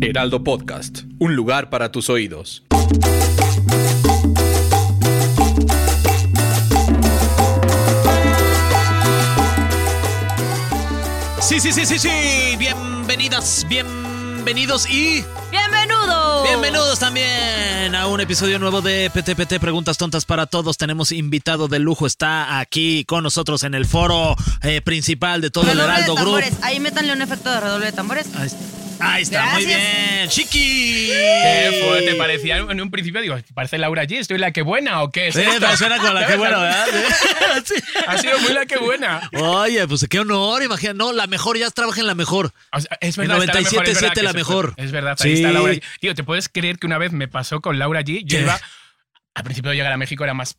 Heraldo Podcast, un lugar para tus oídos. Sí, sí, sí, sí, sí. Bienvenidas, bienvenidos y ¡Bienvenido! bienvenidos también a un episodio nuevo de PTPT Preguntas Tontas para Todos. Tenemos invitado de lujo, está aquí con nosotros en el foro eh, principal de todo el Redoble Heraldo de Group. tambores. Ahí métanle un efecto de redoble de tambores. Ahí está, ahí está, muy Gracias. bien. ¡Chiqui! Eh, ¿Qué fue? ¿Te parecía en un principio? Digo, ¿parece Laura G? ¿Estoy la que buena o qué? es Sí, esto? pero suena como la que buena, ¿verdad? Sí. Ha sido muy la que buena. Oye, pues qué honor, imagina. No, la mejor, ya trabaja en la mejor. O sea, es En verdad, está 97.7 que la se mejor. fue. Es verdad, ahí Sí. está Laura G. Tío, ¿te puedes creer que una vez me pasó con Laura G? Yo ¿Qué? iba, al principio de llegar a México era más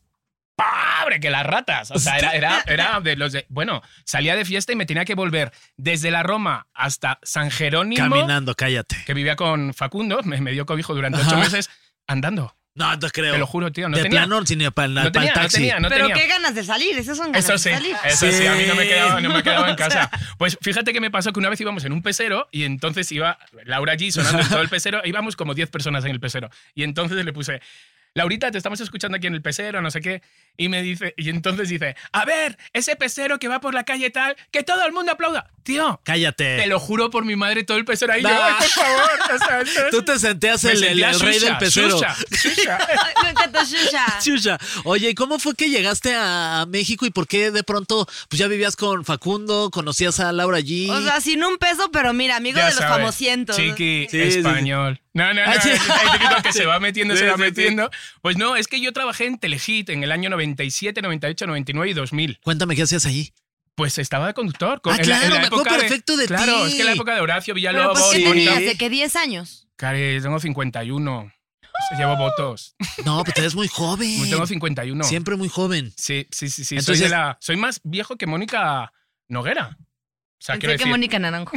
pobre que las ratas. O sea, era, era, era de los de... Bueno, salía de fiesta y me tenía que volver desde la Roma hasta San Jerónimo, Caminando, cállate. que vivía con Facundo, me, me dio cobijo durante Ajá. ocho meses, andando. No, no creo. Te lo juro, tío, no de tenía... plano, sin para el, no tenía, no taxi. tenía, no Pero tenía. qué ganas de salir, esas son ganas Eso de sí, salir. eso sí, a mí no me he quedado, no me he quedado en O sea. casa. Pues fíjate que me pasó que una vez íbamos en un pecero y entonces iba Laura allí sonando en todo el pecero, íbamos como 10 personas en el pecero. Y entonces le puse, Laurita, te estamos escuchando aquí en el pecero, no sé qué. Y me dice, y entonces dice, a ver, ese pecero que va por la calle tal, que todo el mundo aplauda. Tío, Cállate. te lo juro por mi madre, todo el pecero ahí. No. yo, "Ay, por favor. o sea, entonces- Tú te sentías Me el, el- sentía el rey del Xuxa, pecero. Xuxa, Xuxa. Ay, me encantó Shusha. Chucha. Oye, ¿y cómo fue que llegaste a a México y por qué de pronto pues ya vivías con Facundo, conocías a Laura G? O sea, sin un peso, pero mira, amigo Ya de los sabes, famosientos. Chiqui, Sí, sí, sí. español. No, no, no. Ah, sí. es el típico que se va metiendo, Sí, se sí, va sí. metiendo. Pues no, es que yo trabajé en Telehit en el año 97, 98, 99 y 2000. Cuéntame qué hacías ahí. Pues estaba de conductor. Ah, en la- en claro, la me acuerdo época perfecto de Claro, ti. es que en la época de Horacio Pero Villalobos. pues, ¿qué Sí. Mónica- tenías? ¿De qué 10 años? Care, tengo 51. Se llevo votos. No, pues te ves muy joven. Tengo 51. Siempre muy joven. Sí, sí, sí. sí. Entonces- soy, de la- soy más viejo que Mónica Noguera. O sea, quiero Pensé que decir. Mónica Naranjo.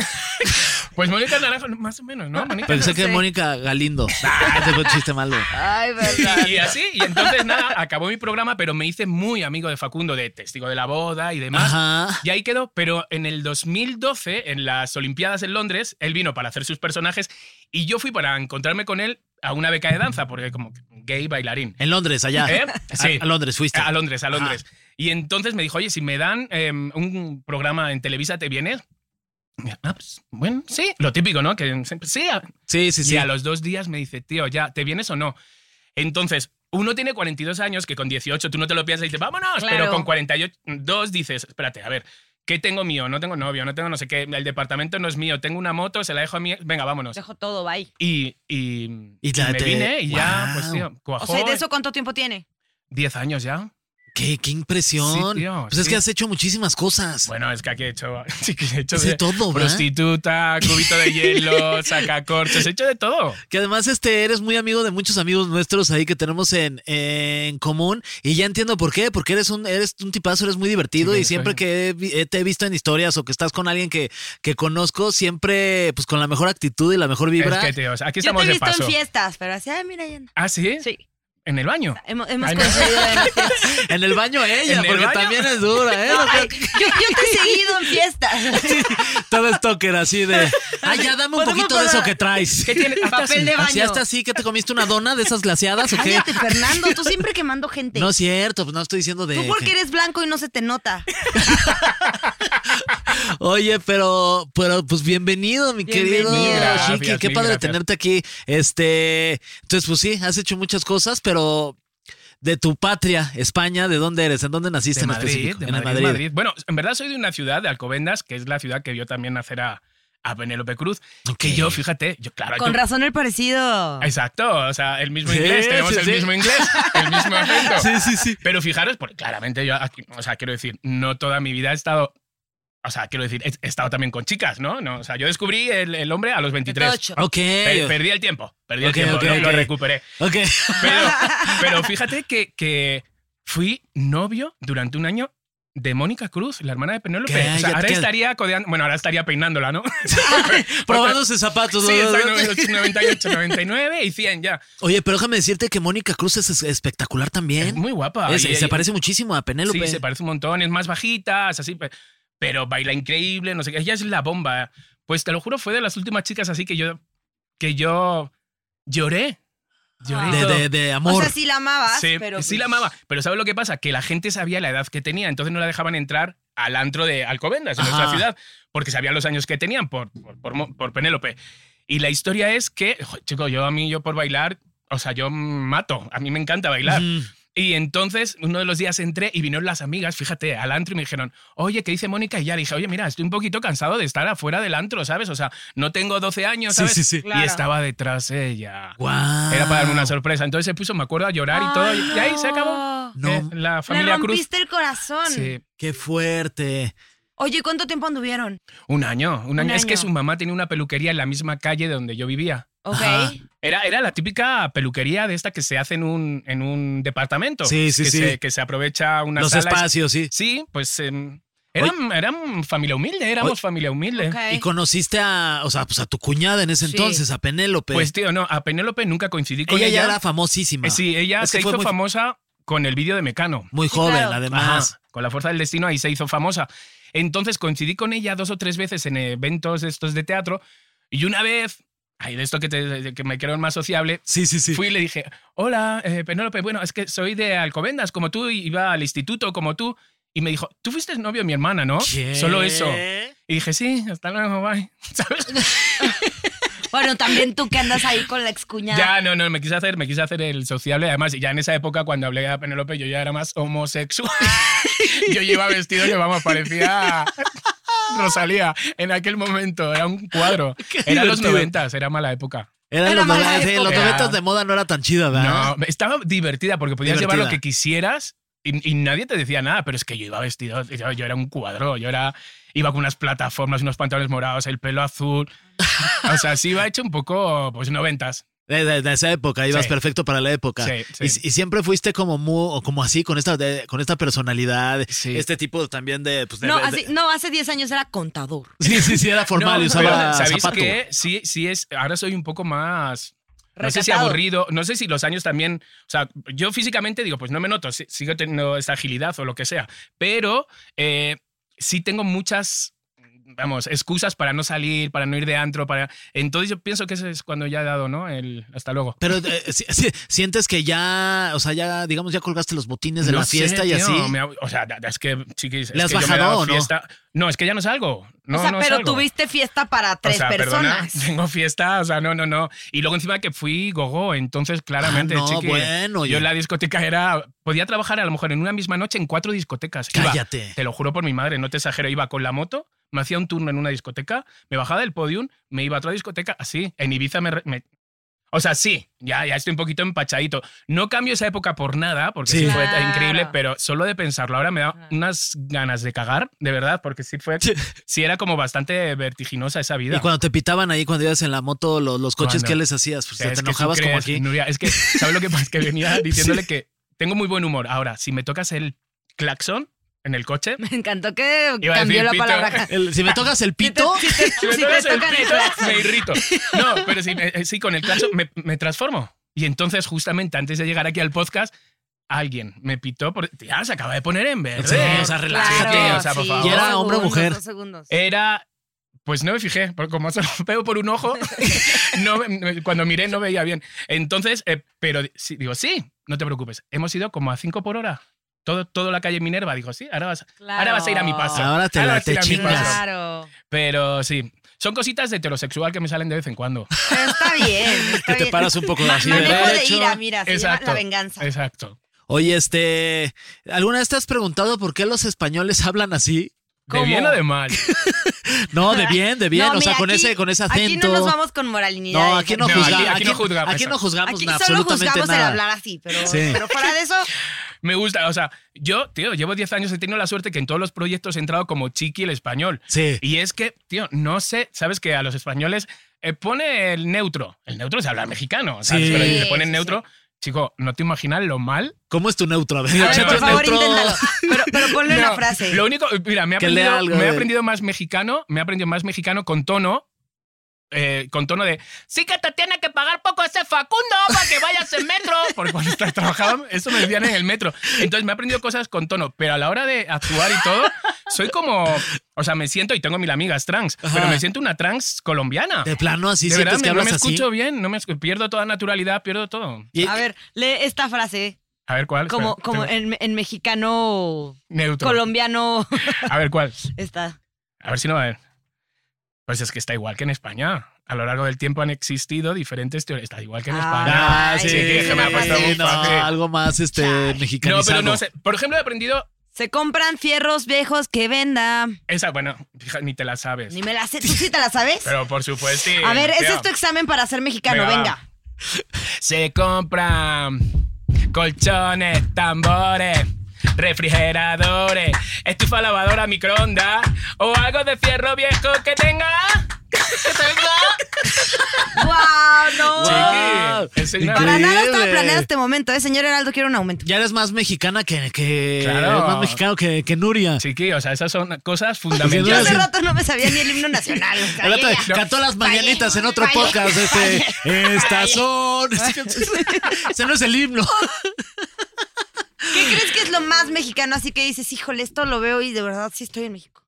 Pues Mónica Naranjo, más o menos, ¿no? Mónica Pensé no que sé. Mónica Galindo. Ah, ese fue un chiste malo. Ay, verdad. Y, y así, y entonces nada, acabó mi programa, pero me hice muy amigo de Facundo, de testigo de la boda y demás. Ajá. Y ahí quedó, pero en el 2012, en las Olimpiadas en Londres, él vino para hacer sus personajes y yo fui para encontrarme con él a una beca de danza, porque como gay bailarín. En Londres, allá. ¿Eh? A- Sí. A, Londres fuiste. A Londres, a Londres. Y entonces me dijo, oye, si me dan eh, un programa en Televisa, ¿te vienes? Y yo, "Ah, pues, bueno, sí, lo típico, ¿no? Que siempre, sí, a- Sí, sí, sí. y a los dos días me dice, tío, ya, ¿te vienes o no? Entonces, uno tiene 42 años, que con 18 tú no te lo piensas y dices, vámonos, Claro. pero con 42 dices, espérate, a ver, ¿qué tengo mío? No tengo novio, no tengo no sé qué, el departamento no es mío, tengo una moto, se la dejo a mí, venga, vámonos. Dejo todo, bye. Y, y, Y la me te- vine y ya, Wow. pues tío, cuajó. O sea, ¿y de eso cuánto tiempo tiene? 10 años ya. Qué, qué impresión. Sí, tío, pues es sí. que has hecho muchísimas cosas. Bueno, es que aquí he hecho, sí que he hecho Es de de todo, ¿verdad? prostituta, cubito de hielo, sacacorchos, he hecho de todo. Que además este eres muy amigo de muchos amigos nuestros ahí que tenemos en, en común y ya entiendo por qué, porque eres un eres un tipazo, eres muy divertido Sí, y soy. siempre que he vi- eh, te he visto en historias o que estás con alguien que, que conozco, siempre pues con la mejor actitud y la mejor vibra. Es que, tío, aquí Yo te estamos he de visto en paso. fiestas, pero así, ay, mira, ya anda. ¿Ah, sí? Sí. ¿En el baño? Hemos, hemos Ay, no. coincidido en En el baño eh, ¿En ella, el porque baño? también es dura, ¿eh? No creo Ay, yo, yo te he seguido en fiestas. que- Todo es toker así de, ay, ya dame un Podemos poquito de eso parar. que traes. ¿Qué tiene? Hasta Papel de Así baño. hasta así que te comiste una dona de esas glaseadas o qué? Cállate, Fernando. Tú siempre quemando gente. No es cierto, pues no estoy diciendo de Tú porque eres blanco y no se te nota. Oye, pero, pero pues bienvenido, mi Bienvenido. querido Gracias, Chiqui. Qué mil padre gracias. tenerte aquí. Este, entonces, pues sí, has hecho muchas cosas, pero de tu patria, España, ¿de dónde eres? ¿En dónde naciste de en Madrid, específico? de En Madrid, Madrid. Bueno, en verdad soy de una ciudad de Alcobendas, que es la ciudad que vio también nacer a, a Penélope Cruz. Ok. Que yo, fíjate, yo, claro. Con yo- razón el parecido. Exacto, o sea, el mismo Sí, inglés, tenemos sí, el sí. mismo inglés, el mismo acento. Sí, sí, sí. Pero fijaros, porque claramente yo, aquí- o sea, quiero decir, no toda mi vida he estado O sea, quiero decir, he he estado también con chicas, ¿no? no o sea, yo descubrí el, el hombre a los 23. Ocho. Ok. Per- perdí el tiempo, perdí Ok, el tiempo, ok, lo, lo ok. recuperé. Ok. Pero, pero fíjate que, que fui novio durante un año de Mónica Cruz, la hermana de Penélope. O sea, ahora Cállate. estaría codeando, bueno, ahora estaría peinándola, ¿no? Probando sus zapatos. Sí, ¿no? está en 98, 98, 99 y 100 ya. Oye, pero déjame decirte que Mónica Cruz es es- espectacular también. Es muy guapa. ¿Eh? Es- Y- se y- parece muchísimo a Penélope. Sí, se parece un montón, es más bajita, es así, pe- pero baila increíble, no sé qué. Ella es la bomba. Pues te lo juro, fue de las últimas chicas así que yo, que yo lloré. Lloré. y de, todo. de- de O amor. sea, sí la amabas, Sí, pero. pues sí la amaba. Pero ¿sabes lo que pasa? Que la gente sabía la edad que tenía, entonces no la dejaban entrar al antro de Alcobendas, en nuestra Ajá. ciudad, porque sabían los años que tenían por, por, por Mo- por Penélope. Y la historia es que, jo, chico, yo a mí, yo por bailar, o sea, yo mato, a mí me encanta bailar. Mm. Y entonces, uno de los días entré y vinieron las amigas, fíjate, al antro y me dijeron, oye, ¿qué dice Mónica? Y ya le dije, oye, mira, estoy un poquito cansado de estar afuera del antro, ¿sabes? O sea, no tengo 12 años, Sí, ¿sabes? sí, sí. Claro. Y estaba detrás ella. Guau. Era para darme una sorpresa. Entonces se puso, me acuerdo, a llorar y todo. Y ahí se acabó. No. Eh, la Ah. Le familia Cruz. rompiste el corazón. Sí. Qué fuerte. Oye, ¿cuánto tiempo anduvieron? Un año, un año. Es que año. su mamá tenía una peluquería en la misma calle donde yo vivía. Ok. Ajá. Era, era la típica peluquería de esta que se hace en un, en un departamento. Sí, sí, que sí. Se, que se aprovecha una Los sala y- espacios, sí. Sí, pues em, eran, eran familia humilde, éramos Oye. familia humilde. Ok. Y conociste a, o sea, pues a tu cuñada en ese Sí. entonces, a Penélope. Pues tío, no, a Penélope nunca coincidí con ella, ella. ya era famosísima. Eh, sí, ella Es que se fue hizo muy- famosa con el vídeo de Mecano. Muy Sí, joven, claro. además. Ajá, con la fuerza del destino ahí se hizo famosa. Entonces coincidí con ella dos o tres veces en eventos estos de teatro y una vez, ay, de esto que, te- que me quiero más sociable, Sí, sí, sí. Fui y le dije, hola, eh, Penélope, bueno, es que soy de Alcobendas, como tú, y iba al instituto como tú. Y me dijo, tú fuiste novio de mi hermana, ¿no? ¿Qué? Solo eso. Y dije, sí, hasta luego, bye. ¿Sabes? Bueno, también tú que andas ahí con la excuñada. Ya, no, no, me quise hacer, me quise hacer el sociable. Además, ya en esa época, cuando hablé a Penélope, yo ya era más homosexual. yo llevaba vestido que, vamos, parecía Rosalía en aquel momento. Era un cuadro. Qué Era los divertido. noventas, era mala época. Eran Era los, mala noventas, sí, época. los noventas de moda no era tan chida, ¿verdad? No, estaba divertida porque podías llevar lo Divertida. que quisieras y, y nadie te decía nada, pero es que yo iba vestido, yo, yo era un cuadro, yo era iba con unas plataformas, unos pantalones morados, el pelo azul. O sea, sí iba hecho un poco pues noventas. De, de- de esa época, ibas Sí. perfecto para la época. Sí, sí. Y, y siempre fuiste como mu- o como así, con esta, de- con esta personalidad, Sí. este tipo también de... pues, de- No, de- así- no, hace 10 años era contador. Sí, sí, sí, era formal y No, usaba pero, ¿Sabéis zapato. qué? Sí, sí es, ahora soy un poco más no sé si Recatado. aburrido, no sé si los años también, o sea, yo físicamente digo, pues no me noto, si- sigo teniendo esta agilidad o lo que sea, pero eh, sí tengo muchas, vamos, excusas para no salir, para no ir de antro, para... Entonces yo pienso que ese es cuando ya he dado, ¿no? El hasta luego. Pero eh, si- si- sientes que ya, o sea, ya, digamos, ya colgaste los botines de No la sé, fiesta y tío, así. me ha- o sea, da- da- es que, chiquis, es ¿Le has que yo me he bajado dado o no? fiesta- No, es que ya no salgo. No, o sea, no pero salgo. tuviste fiesta para tres o sea, personas. Perdona, tengo fiesta, o sea, no, no, no. Y luego encima que fui gogo, entonces claramente, Ah, no, chiqui, bueno, oye. yo en la discoteca era, podía trabajar a lo mejor en una misma noche en cuatro discotecas. Iba, Cállate. te lo juro por mi madre, no te exagero, iba con la moto, me hacía un turno en una discoteca, me bajaba del podium, me iba a otra discoteca, así, en Ibiza me... re- me- o sea, sí, ya, ya estoy un poquito empachadito. No cambio esa época por nada, porque Sí. sí, fue Claro. increíble, pero solo de pensarlo ahora me da unas ganas de cagar, de verdad, porque sí fue, Sí. sí era como bastante vertiginosa esa vida. Y cuando te pitaban ahí, cuando ibas en la moto, lo- los, coches, Cuando- ¿qué les hacías? Pues, O sea, te es que tú enojabas como crees, aquí. Nuria, es que, ¿sabes lo que pasa? Que venía diciéndole que tengo muy buen humor. Ahora, si me tocas el claxon en el coche, Me encantó que Iba a cambió decir la pito. palabra. El- si me tocas el pito, Si te, si me si te tocas el tocan el pito, claxon. me irrito. No, pero si, me- eh, sí, con el claxon me, me transformo. Y entonces, justamente antes de llegar aquí al podcast, alguien me pitó por. Ya, se acaba de poner en verde. Sí, o sea, Claro, relájate. o sea, por sí, favor. Eh, Y era hombre o segundos, mujer. dos segundos. Era. Pues no me fijé, porque como solo veo por un ojo, no me- me- cuando miré no veía bien. Entonces, eh, pero di- sí, digo, sí, no te preocupes, hemos ido como a 5 por hora. Todo, toda la calle Minerva, dijo, sí, ahora vas, Claro. ahora vas a ir a mi paso. Ahora te la- vas a ir te a mi chingas. paso. Claro. Pero sí, son cositas de heterosexual que me salen de vez en cuando. Pero está bien. que Está te bien. paras un poco Ma- así de manejo de derecho. ira, mira, se llama Exacto. la venganza. Exacto. Oye, este, ¿alguna vez te has preguntado por qué los españoles hablan así? ¿De bien o de mal? No, de bien, de bien, No, o sea, mira, con aquí- ese, con ese Aquí acento. no nos vamos con moralidad. No, aquí no No, aquí- juzga- aquí no aquí- juzgamos aquí no eso. juzgamos Aquí na- solo absolutamente juzgamos el nada. hablar así, pero, Sí. pero fuera de eso, me gusta. O sea, yo, tío, llevo 10 años he tenido la suerte que en todos los proyectos he entrado como chiqui el español. Sí. Y es que, tío, no sé, sabes que a los españoles eh, pone el neutro. El neutro se habla mexicano, ¿sabes? Sí. Pero si te Sí, ponen sí, neutro, chico, no te imaginas lo mal. ¿Cómo es tu neutro? A ver, A ver, échate por un favor, neutro. inténtalo. Pero, pero ponle No, una frase. Lo único, mira, me he Que lea aprendido, algo me he de- aprendido más mexicano, me he aprendido más mexicano con tono. eh, con tono de sí que te tiene que pagar poco ese Facundo para que vayas en metro porque cuando estás trabajando eso me decían en el metro entonces me he aprendido cosas con tono pero a la hora de actuar y todo soy como o sea me siento y tengo mil amigas trans pero Ajá. me siento una trans colombiana De plano, así de sientes que verdad me- no me hablas así. escucho bien no me escu- pierdo toda naturalidad pierdo todo Y- A ver, lee esta frase a ver cuál como, Espera, como tengo- en, en mexicano, neutro colombiano. a ver cuál Está. A ver si no va a ver. Pues es que está igual que en España. A lo largo del tiempo han existido diferentes teorías. Está igual que en Ah, España. Ah, Ay, sí, sí, que me ha puesto muy no, fácil. algo más este, no, mexicanizado. pero no sé. Por ejemplo, he aprendido Se compran fierros viejos que venda. esa. Bueno, fija, ni te la sabes. Ni me la sé. ¿Tú sí te la sabes? Pero por supuesto. sí, A ver, ese tío. es tu examen para ser mexicano, Venga, venga. va. Se compran colchones, tambores, refrigeradores, estufa lavadora, microondas o algo de fierro viejo que tenga. Que tenga. ¡Guau, no! Wow. Chiqui, es una- Para nada estaba Increíble. planeado este momento, ¿eh? Señor Heraldo, quiero un aumento. Ya eres más mexicana que. que Claro. eres más mexicano que, que Nuria. Chiqui, o sea, esas son cosas Yo hace sí. fundamentales. rato no me sabía ni el himno nacional. o sea, El otro- ya. cantó las mañanitas en otro Falle. podcast. Este, Falle. estas son. Ese no es el himno. Ah. ¿Qué crees que es lo más mexicano? Así que dices, híjole, esto lo veo y de verdad sí estoy en México.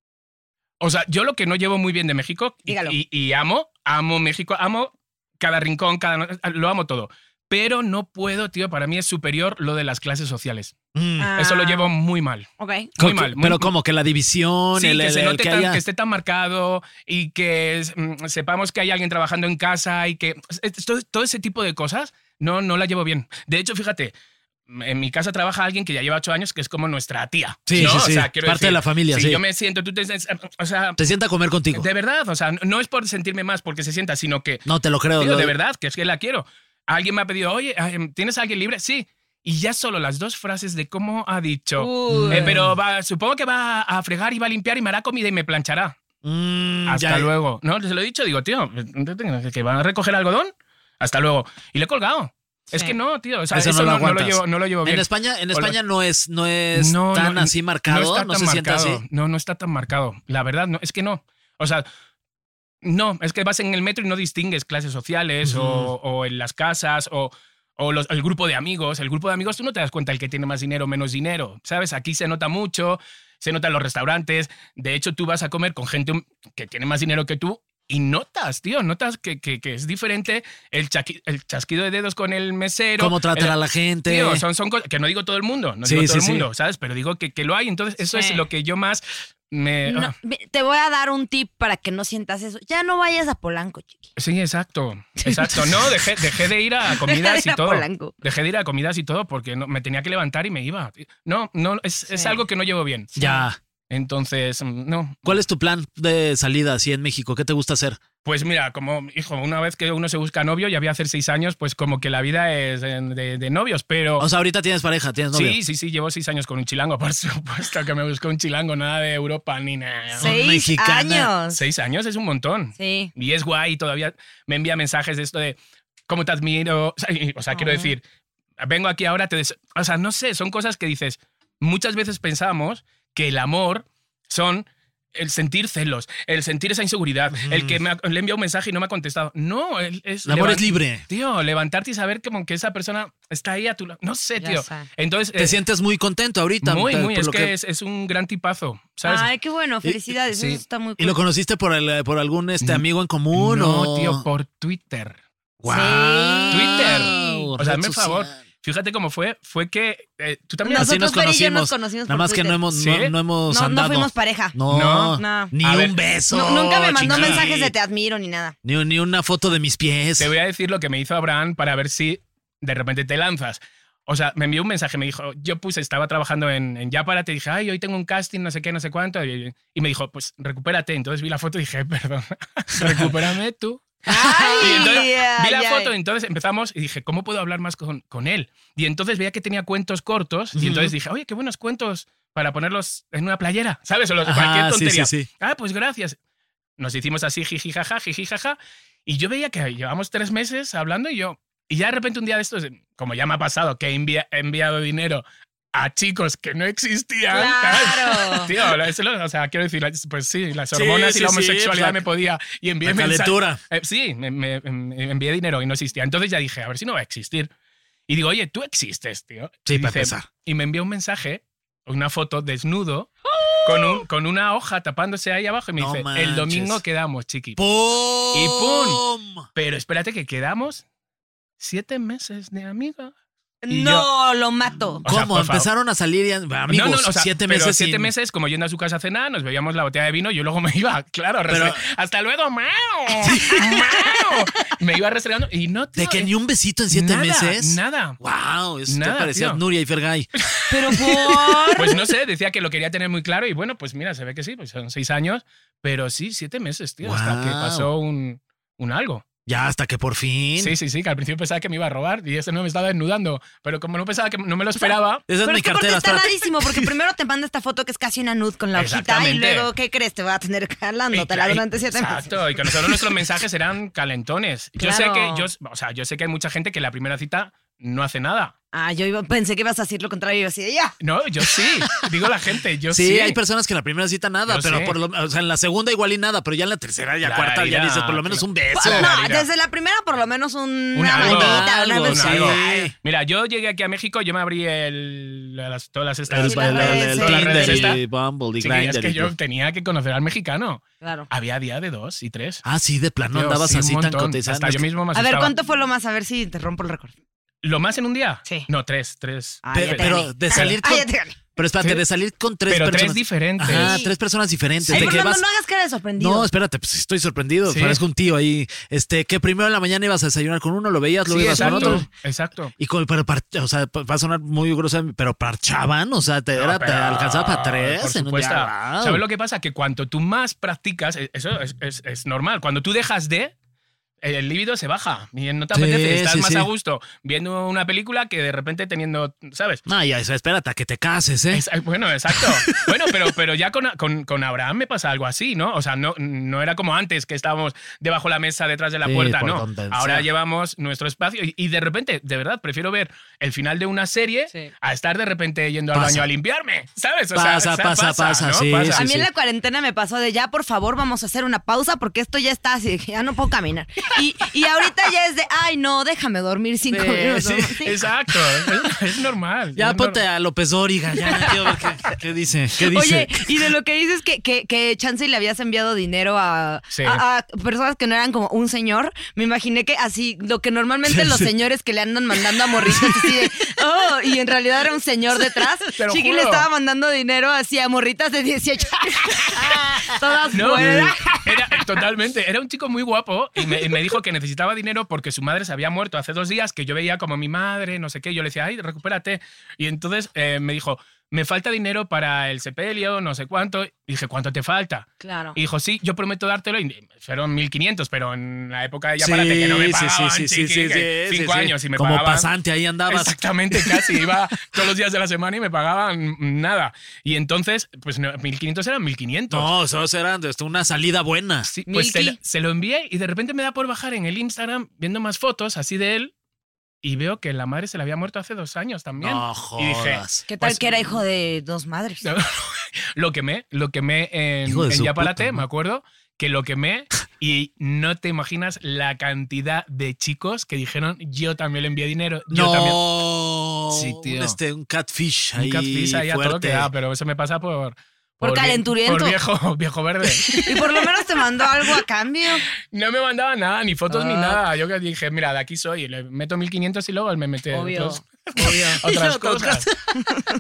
O sea, yo lo que no llevo muy bien de México y, Dígalo. y- y amo, amo México, amo cada rincón, cada no- ah, lo amo todo. Pero no puedo, tío, para mí es superior lo de las clases sociales. Mm. Ah. Eso lo llevo muy mal. Ok. Muy Co- mal. muy- Pero como que la división, Sí, el, que el- se el note que tan- haya- que esté tan marcado y que es- mm, sepamos que hay alguien trabajando en casa y que pues, es- todo, todo ese tipo de cosas no, no la llevo bien. De hecho, fíjate, mm, en mi casa trabaja alguien que ya lleva ocho años que es como nuestra tía. Sí, ¿no? sí, O sí. sea, quiero Parte de decir, la familia, si sí. yo me siento, tú te... eh, O sea, Te sienta a comer contigo. De verdad, o sea, no es por sentirme más porque se sienta, sino que, no te lo creo. tío, lo- de verdad, que es que la quiero. Alguien me ha pedido, oye, eh, ¿tienes a alguien libre? Sí. Y ya solo las dos frases de cómo ha dicho. Uy. "Eh, pero va, supongo que va a fregar y va a limpiar y me hará comida y me planchará. Mm, Hasta ya- luego. No, se lo he dicho, digo, tío, que van a recoger algodón. Hasta luego. Y le he colgado. Es Sí. que no, tío. O sea, Eso eso, no lo no, no lo aguantas. llevo, no lo llevo bien. En España, en O lo- España no es, no es No, no, tan no así marcado, no, está tan se siente marcado. así. No, no está tan marcado. La verdad, no, es que no. O sea, no, es que vas en el metro y no distingues clases sociales o, o en las casas o, o los- el grupo de amigos. El grupo de amigos, tú no te das cuenta el que tiene más dinero o menos dinero. ¿Sabes? Aquí se nota mucho, se nota en los restaurantes. De hecho, tú vas a comer con gente que tiene más dinero que tú. Y notas, tío, notas que, que- que es diferente el, chaqui- el chasquido de dedos con el mesero. Cómo tratar el- a la gente. Tío, son, son cosas que no digo todo el mundo, no Sí, digo todo sí, el sí. mundo, ¿sabes? Pero digo que, que lo hay. Entonces, eso Sí. es lo que yo más me. No, ah. ve- te voy a dar un tip para que no sientas eso. Ya no vayas a Polanco, chiqui. Sí, exacto. Exacto. No, dejé, dejé de ir a Deja de comidas ir y a todo. Polanco. Dejé de ir a comidas y todo porque no, me tenía que levantar y me iba. No, no, es, es Sí. algo que no llevo bien. Ya. Entonces, mm, no. ¿Cuál es tu plan de salida así en México? ¿Qué te gusta hacer? Pues mira, como, hijo, una vez que uno se busca novio, ya voy a hacer seis años, pues como que la vida es eh, de, de novios, pero. O sea, ahorita tienes pareja, tienes novio. Sí, sí, sí, llevo seis años con un chilango, por supuesto que me busco un chilango, nada de Europa ni nada. Seis mexicana. años. Seis años es un montón. Sí. Y es guay, todavía me envía mensajes de esto de cómo te admiro. O sea, y- o sea, quiero Ah. decir, vengo aquí ahora, te des- O sea, no sé, son cosas que dices. Muchas veces pensamos que el amor son el sentir celos, el sentir esa inseguridad, el que me ha- le envía un mensaje y no me ha contestado. No, el, es. El amor levan- es libre. Tío, levantarte y saber como que esa persona está ahí a tu lado. No sé, Ya tío. sé. Entonces. Te eh, sientes muy contento ahorita. muy, te- muy. por Es lo que, Es, es un gran tipazo, ¿sabes? Ay, qué bueno, felicidades. sí. Eso está muy ¿Y lo cool. conociste por, el, por algún este, No, amigo en común? no, o... tío, por Twitter. Guau. Sí. Twitter. Red O sea, hazme un social. favor. Fíjate cómo fue. Fue que eh, tú también. Así Nosotros, nos Fer y yo, conocimos. nos conocimos Nada por más que no Twitter. hemos, ¿Sí? no, no hemos No, no andado. fuimos pareja. No, No. ni A un ver. beso. Nu- nunca me mandó chingada. mensajes de te admiro ni nada. Ni, un- ni una foto de mis pies. Te voy a decir lo que me hizo Abraham para ver si de repente te lanzas. O sea, me envió un mensaje, me dijo, yo puse, estaba trabajando en, en Ya Para, te dije, ay, hoy tengo un casting, no sé qué, no sé cuánto. Y, y me dijo, pues recupérate. Entonces vi la foto y dije, perdón, recupérame tú. Ay, Y entonces vi la ay, foto, ay. entonces empezamos y dije, ¿cómo puedo hablar más con, con él? Y entonces veía que tenía cuentos cortos y entonces dije, oye, qué buenos cuentos para ponerlos en una playera, ¿sabes? O los- Ajá, cualquier sí, tontería. sí, sí. Ah, pues gracias. Nos hicimos así, jiji, jaja, jiji, jaja. Y yo veía que llevamos tres meses hablando y yo, y ya de repente un día de estos, como ya me ha pasado, que he, envia- he enviado dinero a chicos que no existían. Claro. Tío, lo- eso lo- o sea, quiero decir, pues sí, las Sí, hormonas y sí, la sí, homosexualidad la- me podía. Y envié la mensajes. calentura. Eh, sí, me, me- me envié dinero y no existía. Entonces ya dije, a ver si no va a existir. Y digo, oye, tú existes, tío. Sí, Y para dice- empezar. Y me envió un mensaje, una foto desnudo, con, un, con una hoja tapándose ahí abajo y me No dice, manches. el domingo quedamos, chiqui. ¡Pum! Y pum. Pero espérate que quedamos siete meses de amiga. Y No, lo mato. O sea, ¿Cómo? por favor. Empezaron a salir ya, amigos, o sea, siete pero meses siete sin- meses, como yendo a su casa a cenar, nos veíamos la botella de vino, yo luego me iba, claro, Pero- restre- hasta luego, mao, mao. Me iba restregando y no De tío, que eh, ni un besito en siete nada, meses. Nada. Wow, eso te Nada, parecía tío. Nuria y Fergay. Pero por. Pues no sé, decía que lo quería tener muy claro y bueno, pues mira, se ve que sí, pues son seis años, pero sí, siete meses, tío, hasta que Guau. pasó un, un algo. Ya hasta que por fin. Sí, sí, sí, que al principio pensaba que me iba a robar y este no me estaba desnudando, pero como no pensaba que no me lo esperaba, Esa es Pero mi es que aparte cartera. está espérate. rarísimo, porque primero te manda esta foto que es casi una nude con la hojita y Exactamente. luego, ¿qué crees? Te voy a tener jalándote Y- y- durante siete meses. Exacto, y que nosotros nuestros mensajes eran calentones. Yo sé Claro. que yo, o sea, yo sé que hay mucha gente que en la primera cita no hace nada. Ah, yo iba- pensé que ibas a decir lo contrario y yo así, de, ya. No, yo sí. Digo la gente, yo sí. Sí, hay personas que en la primera cita nada, Yo pero sé. por lo, o sea, en la segunda igual y nada, pero ya en la tercera, ya La cuarta, ya ira, dices por lo menos claro. un beso. Eso, no, Marina. desde la primera por lo menos un- Un una algo, manita, algo, una un besita. algo. Ay, Mira, yo llegué aquí a México, yo me abrí el, las- todas las El- estas, el- el- el- el todas las redes Tinder estas. y Bumble y Sí, Grindr es y que yo todo. tenía que conocer al mexicano. Claro. Había día de dos y tres. Ah, sí, de plano Tío, andabas sí, un así tan montón. cotizando. Hasta yo mismo me A ver, asustaba. ¿cuánto fue lo más? A ver si te rompo el récord. ¿Lo más en un día? Sí. No, tres, tres. Ah, Pe- ya te pero gané. de salir Ah, con- ya te gané. Pero espérate, Sí. de salir con tres Pero tres personas. diferentes. Ajá, Sí. tres personas diferentes. Ay, de que Fernando, vas- no hagas cara de sorprendido. No, espérate, pues estoy sorprendido. Sí. Parezco un tío ahí. Este, que primero en la mañana ibas a desayunar con uno, lo veías, luego Sí, ibas exacto, con otro. Exacto. Y con, pero par- o sea, pa- va a sonar muy gruesa, pero parchaban, o sea, te, No, era, te pero, alcanzaba para Por tres en un día. supuesto. Wow. ¿Sabes lo que pasa? Que cuanto tú más practicas, e- eso es, es- es normal. Cuando tú dejas de, el líbido se baja y no te Sí, apetece. Estás sí, más sí. a gusto viendo una película que de repente teniendo, ¿sabes? No, ya, eso, espérate a que te cases, ¿eh? Es- bueno, exacto. Bueno, pero, pero ya con, con- con Abraham me pasa algo así, ¿no? O sea, no, no era como antes que estábamos debajo de la mesa, detrás de la Sí, puerta, por no. donde Ahora sea. llevamos nuestro espacio y, y de repente, de verdad, prefiero ver el final de una serie Sí. a estar de repente yendo al Pasa. baño a limpiarme, ¿sabes? O Pasa, pasa, pasa, sí, a sí, mí en la cuarentena me pasó de ya, por favor, vamos a hacer una pausa porque esto ya está así, de que ya no puedo caminar. Y, y ahorita ya es de, ay, no, déjame dormir cinco Sí, minutos. sí, ¿no? Cinco. Exacto, es, es normal. Ya es ponte normal. a López Dóriga, ya quiero ver qué, qué dice. ¿Qué dice? Oye, y de lo que dices que, que, que Chance le habías enviado dinero a, Sí. a- a personas que no eran como un señor, me imaginé que así, lo que normalmente los señores que le andan mandando a morritas así de, oh, y en realidad era un señor detrás. Te lo Chiqui le juro. estaba mandando dinero así a morritas de 18. Todas No, eh, buenas. era totalmente. Era un chico muy guapo y me, y me dijo que necesitaba dinero porque su madre se había muerto hace dos días, que yo veía como mi madre, no sé qué. Yo le decía, ay, recupérate. Y entonces eh, me dijo, me falta dinero para el sepelio, no sé cuánto. Y dije, ¿cuánto te falta? Claro. Y dijo, sí, yo prometo dártelo. Y fueron 1.500, pero en la época de ya Sí, para que no me sí, pagaban, sí, sí, chiqui, sí, que sí, cinco sí, sí. años y me Como pagaban. pasante ahí andabas. Exactamente, casi. Iba todos los días de la semana y me pagaban nada. Y entonces, pues no, 1.500 eran 1.500. No, esos eran este, una salida buena. Sí, pues se, Milky. lo- se lo envié y de repente me da por bajar en el Instagram viendo más fotos así de él y veo que la madre se le había muerto hace dos años también. No y dije, jodas. ¿Qué tal Pues- que era hijo de dos madres? lo quemé, lo quemé en, Hijo de en su Yapalate, puta, ¿no? me acuerdo, que lo quemé y no te imaginas la cantidad de chicos que dijeron, yo también le envié dinero, yo también. No. Sí, tío. Un, este, un catfish ahí. Un catfish ahí a todo fuerte. que da, pero eso me pasa por... Por vie- calenturiento. Por viejo, viejo verde. Y por lo menos te mandó algo a cambio. No me mandaba nada, ni fotos ni Ah. nada. Yo que dije, mira, de aquí soy, le meto 1500 y luego él me mete Obvio. otros- otras cosas.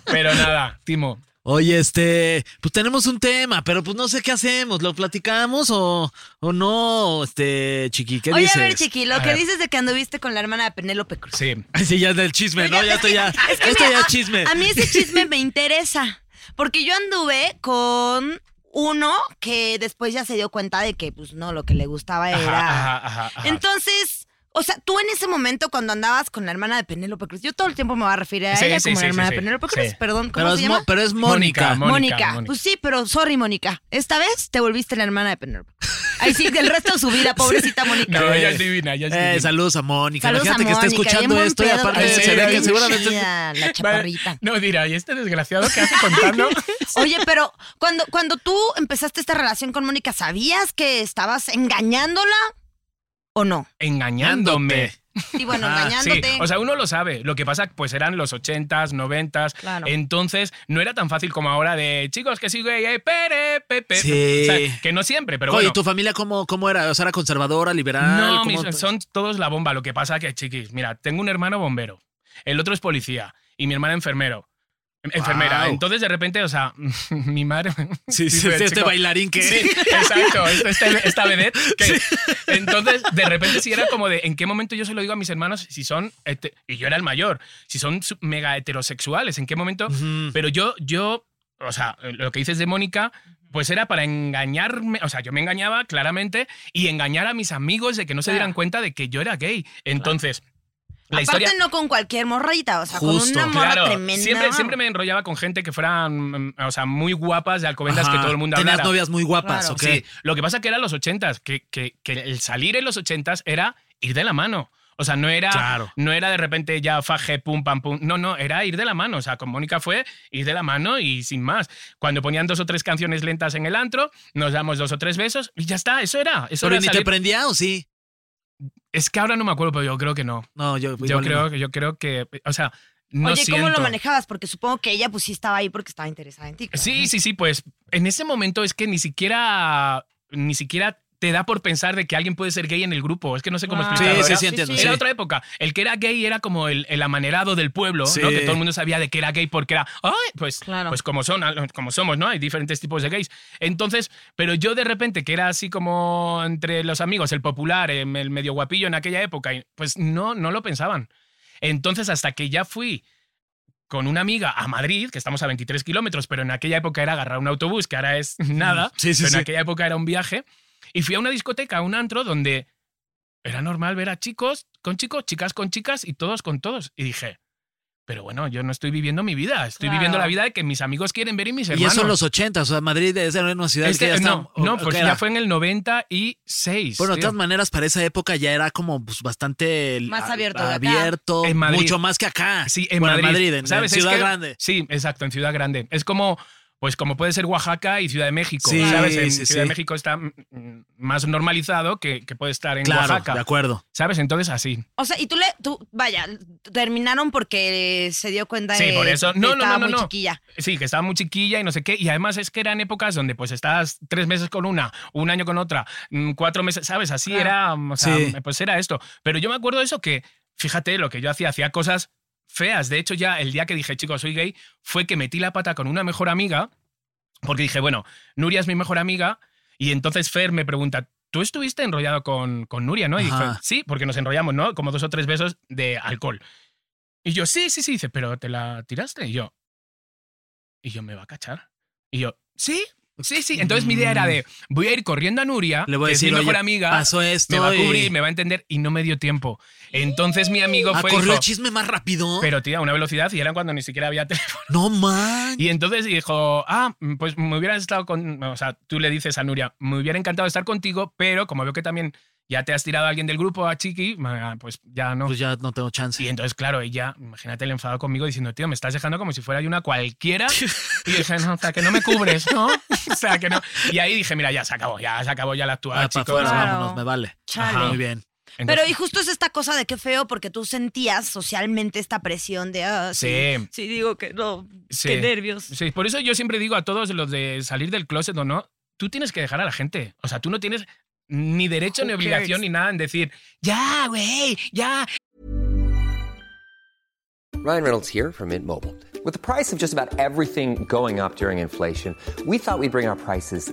Pero nada, Timo. Oye, este, pues tenemos un tema, pero pues no sé qué hacemos, ¿lo platicamos o, o no? Este, Chiqui, ¿qué Oye, dices? a ver, Chiqui, lo A que ver. dices de que anduviste con la hermana de Penélope Cruz. Sí. Ay, Sí, ya es del chisme, ¿no? Ya estoy ya, esto mira, ya es a- chisme. A mí ese chisme me interesa. Porque yo anduve con Uno que después ya se dio cuenta de que, pues no, lo que le gustaba era. Ajá, ajá, ajá, ajá. Entonces, o sea, tú en ese momento cuando andabas con la hermana de Penélope Cruz, yo todo el tiempo me voy a referir a Sí, ella sí, como sí, la hermana sí, de sí. Penélope Cruz, Sí. perdón, ¿cómo Pero se es, llama? Mo- pero es Mónica. Mónica. Mónica. Mónica. Pues sí, pero sorry, Mónica. Esta vez te volviste la hermana de Penélope. Ahí sí, del resto de su vida, pobrecita Mónica. No, ella es divina, ella es Eh, divina. saludos a Mónica. Saludos Imagínate a que está Mónica, escuchando bien esto y buen pedo, aparte pero se ve bien que sí, seguramente. chida, La Vale. chaparrita. No, dirá, ¿y este desgraciado qué hace contando? Oye, pero cuando, cuando tú empezaste esta relación con Mónica, ¿sabías que estabas engañándola o no? Engañándome. Sí, bueno, Ah, engañándote. Sí, o sea, uno lo sabe. Lo que pasa, pues eran los 80s, 90s. Claro. Entonces, no era tan fácil como ahora de chicos que sigue eh, pere, pepe. Sí. O sea, que no siempre, pero Oye, bueno. ¿tu familia cómo, cómo era? O sea, ¿era conservadora, liberal? No, ¿Cómo- mis- son todos la bomba. Lo que pasa que, chiquis, mira, tengo un hermano bombero, el otro es policía y mi hermana enfermero. Em- Enfermera. Guau. Entonces, de repente, o sea, mi madre. Sí, sí, dice, sí, este "Chico, bailarín que Sí, exacto, este- este- esta vedette. que- Entonces, de repente sí era como de, ¿en qué momento yo se lo digo a mis hermanos si son, hete- y yo era el mayor, si son su- mega heterosexuales, ¿en qué momento? Ujú. Pero yo, yo, o sea, lo que dices de Mónica, pues era para engañarme, o sea, yo me engañaba claramente y engañar a mis amigos de que no se dieran cuenta de que yo era gay. Entonces, la Aparte historia... no con cualquier morrita, o sea, Justo. con una morra Claro, tremenda. siempre, siempre me enrollaba con gente que fueran, mm, o sea, muy guapas de Alcobendas que Ajá. todo el mundo Tenías hablara. novias muy guapas, Claro. ¿ok? Sí, lo que pasa que eran los ochentas, que, que, que el salir en los ochentas era ir de la mano. O sea, no era, Claro. no era de repente ya faje, pum, pam, pum. No, no, era ir de la mano. O sea, con Mónica fue ir de la mano y sin más. Cuando ponían dos o tres canciones lentas en el antro, nos damos dos o tres besos y ya está, eso era. Eso ¿Pero era ni te salir. prendía o sí? es que ahora no me acuerdo, pero yo creo que no. No, yo, Yo igual creo, no. yo creo que, o sea, no Oye, ¿cómo lo siento. manejabas? Porque supongo que ella pues sí estaba ahí porque estaba interesada en ti. claro. Sí, sí, sí, pues en ese momento es que ni siquiera, ni siquiera te da por pensar de que alguien puede ser gay en el grupo. Es que no sé cómo Ah, explicarlo. Sí, sí, Era- sí, entiendo, Era otra época. El que era gay era como el, el amanerado del pueblo, Sí. ¿no? Que todo el mundo sabía de que era gay porque era, ay, pues, Claro. pues como son, como somos, ¿no? Hay diferentes tipos de gays. Entonces, pero yo de repente, que era así como entre los amigos, el popular, em, el medio guapillo en aquella época, y pues no, no lo pensaban. Entonces, hasta que ya fui con una amiga a Madrid, que estamos a 23 kilómetros, pero en aquella época era agarrar un autobús, que ahora es nada, Sí, sí, pero sí. en aquella época era un viaje, y fui a una discoteca, a un antro, donde era normal ver a chicos con chicos, chicas con chicas y todos con todos. Y dije, pero bueno, yo no estoy viviendo mi vida, estoy Claro. viviendo la vida que mis amigos quieren ver y mis Y hermanos. eso en los 80, o sea, Madrid es era una ciudad Este- que ya está. no, no, ¿o- pues qué ya era? fue en el 96. Bueno, de tío. todas maneras, para esa época ya era como pues, bastante el- Más a- abierto de acá. abierto En Madrid. mucho más que acá. Sí, en Bueno, Madrid. en, ¿Sabes? en Es Ciudad que- Grande. Sí, exacto, en Ciudad Grande. Es como, pues como puede ser Oaxaca y Ciudad de México. Sí, ¿Sabes? En sí, Ciudad sí. de México está mm, más normalizado que, que puede estar en Claro, de Oaxaca. acuerdo. ¿Sabes? Entonces así. O sea, y tú le, tú, vaya, terminaron porque se dio cuenta Sí, de por eso. que No, no, estaba no, no, muy no. chiquilla. Sí, que estaba muy chiquilla y no sé qué. Y además es que eran épocas donde pues estabas tres meses con una, un año con otra, mm, cuatro meses, ¿sabes? Así era, o sea, Sí. pues era esto. Pero yo me acuerdo de eso que, fíjate, lo que yo hacía, hacía cosas feas. De hecho, ya el día que dije, chicos, soy gay, fue que metí la pata con una mejor amiga, porque dije, bueno, Nuria es mi mejor amiga, y entonces Fer me pregunta, ¿tú estuviste enrollado con, con Nuria, no? Y dije, Ajá. sí, porque nos enrollamos, ¿no? Como dos o tres besos de alcohol. Y yo, sí, sí, sí, dice, pero te la tiraste. Y yo, y yo, ¿me va a cachar? Y yo, sí, sí, sí. Entonces mi idea era de, voy a ir corriendo a Nuria, Mm. Le voy a que decir, es mi mejor "Oye, amiga, Pasó esto. me va a y- cubrir, me va a entender, y no me dio tiempo. Entonces mi amigo Ah, fue y corrió dijo, el chisme más rápido. pero tía, a una velocidad, y era cuando ni siquiera había teléfono. no man. Y entonces dijo, ah, pues me hubieras estado con... O sea, tú le dices a Nuria, me hubiera encantado estar contigo, pero como veo que también ya te has tirado a alguien del grupo, a Chiqui, ah, pues ya no. Pues ya no tengo chance. Y entonces, claro, ella, imagínate el enfado conmigo diciendo, tío, me estás dejando como si fuera yo una cualquiera. Y dije, no, o sea, que no me cubres, ¿no? O sea, que no. Y ahí dije, mira, ya se acabó, ya se acabó ya la actuada, Ah, para chicos. afuera, Claro. vámonos, me vale. Chale. Ajá, Muy bien. Entonces- Pero y justo es esta cosa de qué feo porque tú sentías socialmente esta presión de, ah, sí. Sí. Sí, digo que no, Sí. qué nervios. Sí, por eso yo siempre digo a todos los de salir del closet o no, tú tienes que dejar a la gente. O sea, tú no tienes ni derecho, Who ni obligación, cares? ni nada en decir, ya, güey, ya, Ryan Reynolds here from Mint Mobile. With the price of just about everything going up during inflation, we thought we'd bring our prices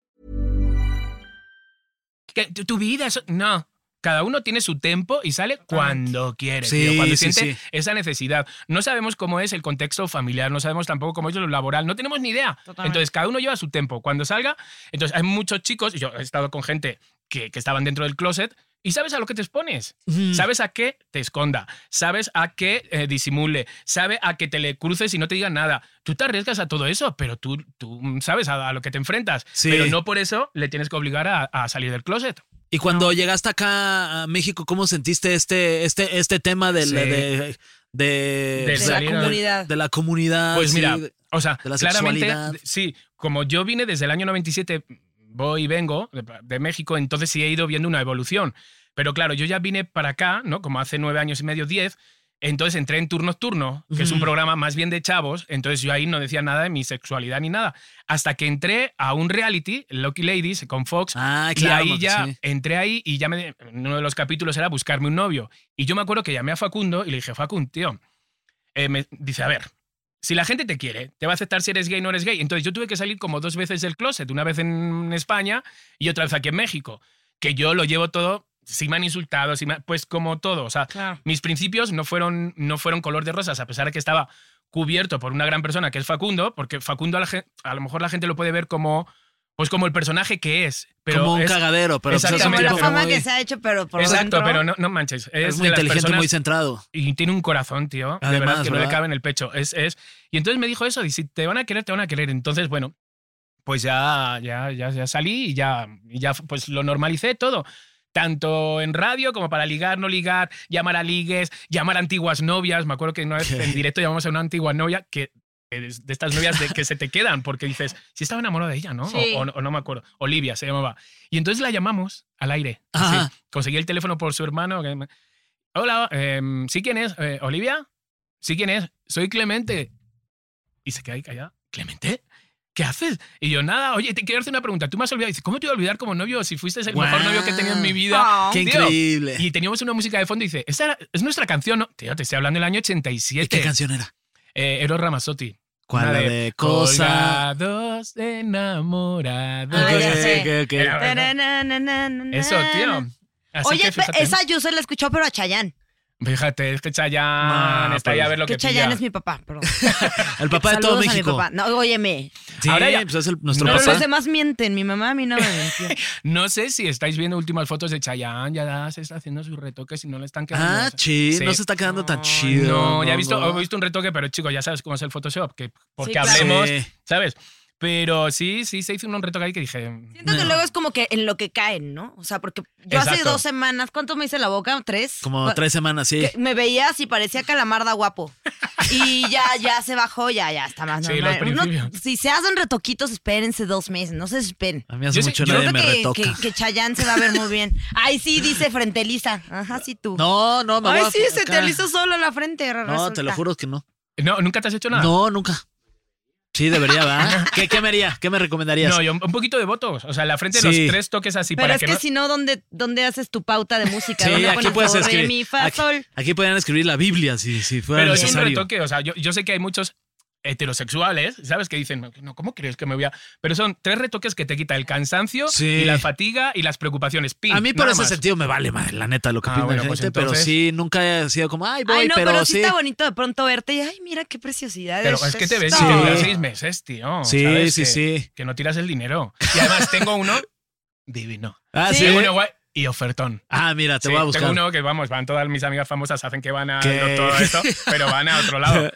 Que tu, tu vida es... No. Cada uno tiene su tempo y sale cuando quiere, Sí, tío, cuando sí, siente sí. esa necesidad. No sabemos cómo es el contexto familiar, no sabemos tampoco cómo es lo laboral, no tenemos ni idea. Entonces, cada uno lleva su tempo. Cuando salga, entonces hay muchos chicos, y yo he estado con gente que, que estaban dentro del closet y sabes a lo que te expones. Sabes a qué te esconda, sabes a qué eh, disimule, sabes a que te le cruces y no te diga nada. Tú te arriesgas a todo eso, pero tú, tú mm, sabes a, a lo que te enfrentas. Sí. Pero no por eso le tienes que obligar a- a salir del closet. Y cuando llegaste acá a México, ¿cómo sentiste este, este, este tema del- Sí. de, de, De o sea, la de- comunidad. De la comunidad. Pues sí, mira, de- o sea, de la claramente, sexualidad. d- sí, como yo vine desde el año 97, voy y vengo de, de México, entonces sí he ido viendo una evolución. Pero claro, yo ya vine para acá, ¿no? Como hace nueve años y medio, diez. Entonces entré en Turnos Turno, que es un Ujú. programa más bien de chavos. Entonces yo ahí no decía nada de mi sexualidad ni nada. Hasta que entré a un reality, Lucky Ladies, con Fox. Ah, y claro. ahí ya sí. entré ahí y ya me, uno de los capítulos era buscarme un novio. Y yo me acuerdo que llamé a Facundo y le dije, Facundo, tío, eh, me dice, a ver, si la gente te quiere, te va a aceptar si eres gay o no eres gay. Entonces yo tuve que salir como dos veces del closet, una vez en España y otra vez aquí en México, que yo lo llevo todo, si me han insultado, si me han- pues como todo. O sea, mis principios no fueron, no fueron color de rosas, a pesar de que estaba cubierto por una gran persona que es Facundo, porque Facundo a, la gen- a lo mejor la gente lo puede ver como, pues como el personaje que es. Pero como un es- cagadero, pero pues, es un Como Exactamente, la tipo pero fama muy- que se ha hecho, pero por Exacto, dentro- pero no, no manches. Es, es muy de las inteligente, personas- muy centrado. y tiene un corazón, tío. de Además, verdad que no ¿verdad? le cabe en el pecho. Es, es. Y entonces me dijo eso, y si te van a querer, te van a querer. Entonces, bueno, pues ya, ya, ya, ya salí y ya, y ya pues lo normalicé todo. Tanto en radio como para ligar, no ligar, llamar a ligues, llamar a antiguas novias. Me acuerdo que una vez en directo llamamos a una antigua novia que que es de estas novias de que se te quedan porque dices, si estaba enamorado de ella, ¿no? O- Sí. O, no- o no me acuerdo. Olivia se llamaba. Y entonces la llamamos al aire. así. Ajá. Conseguí el teléfono por su hermano. que me- Hola, em, ¿sí quién es? Eh, ¿Olivia? ¿Sí quién es? Soy Clemente. Y se queda ahí callada. ¿Clemente? ¿Qué haces? Y yo, nada, oye, te quiero hacer una pregunta. Tú me has olvidado. Y dice, ¿cómo te voy a olvidar como novio si fuiste el mejor Guau. novio que he tenido en mi vida? Ah. Qué Tío, increíble. Y teníamos una música de fondo y dice, esta era- es nuestra canción, ¿no? Tío, te estoy hablando del año ¿Y 87. qué canción era? Eh, Eros Ramazzotti. ¿Cuál? Este Una La de, cosa. Colgados enamorados. Ah, ya sé. ok, ok. Era- Tarananana. Eso, tío. Así Oye, que pe- fíjate, esa yo se la escuchó, pero a Chayanne. fíjate, es que Chayanne No, está ahí pues, a ver lo que, Que Chayanne pilla. es mi papá, perdón. El papá de todo Saludos a mi México. papá. No, óyeme. Sí, Ahora ya- pues es el- nuestro No, Pero papá. los demás mienten. Mi mamá a mí no me mintió. No sé si estáis viendo últimas fotos de Chayanne, ya se está haciendo sus retoques y no le están quedando. Ah, esas. chido. Sí. No se está quedando tan No, chido. No, ya he visto, um, no. he visto un retoque, pero chico, ya sabes cómo es el Photoshop, que porque Sí, claro. hablemos, Sí. ¿sabes? Pero sí, sí, se hizo un retoque ahí que dije. Siento que luego es como que en lo que caen, ¿no? O sea, porque yo hace Exacto. dos semanas, ¿cuánto me hice la boca? ¿Tres? Como Cu- tres semanas, sí. que me veías y parecía calamarda guapo. Y ya, ya se bajó, ya, ya está más Sí, normal. los Uno- principios. si se hacen retoquitos, espérense dos meses, no se esperen. A mí hace Yo sí- mucho yo Yo nadie creo me que, retoca. que, que Chayanne se va a ver muy bien. Ay, sí, dice frente lisa. Ajá, sí tú. No, no, me Ay, voy a- sí, se acá. te hizo solo la frente. re- No, te lo resulta. juro que no. No, nunca te has hecho nada. No, nunca. Sí, debería, ¿verdad? ¿Qué, qué me haría? ¿Qué me recomendarías? No, yo un poquito de votos. O sea, la frente Sí. los tres toques así Pero para es que, no. si no, ¿dónde, ¿dónde haces tu pauta de música? sí, ¿Dónde aquí pones puedes do, re, escribir. mi, fa, aquí, sol? aquí podrían escribir la Biblia si, si fuera Pero es un necesario. retoque, o sea, yo, yo sé que hay muchos heterosexuales, ¿sabes? Que dicen, no, ¿cómo crees que me voy a...? Pero son tres retoques que te quita el cansancio Sí. y la fatiga y las preocupaciones. Pin, A mí por nada ese más. sentido me vale madre, la neta, lo que Ah, opina bueno, la pues gente, pero entonces- sí, nunca he sido como, ay, voy, Ay, no, pero, sí sí. está bonito de pronto verte. Y ay, mira qué preciosidad. Pero es que te ves Sí. y te duras seis meses, tío. Sí, ¿sabes? sí, Que- sí. Que no tiras el dinero. Y además tengo uno divino. Ah, sí. Tengo uno guay- y ofertón. Ah, mira, te voy a buscar. Tengo uno que, vamos, van todas mis amigas famosas, hacen que van a ¿Qué? todo esto, pero van a otro lado.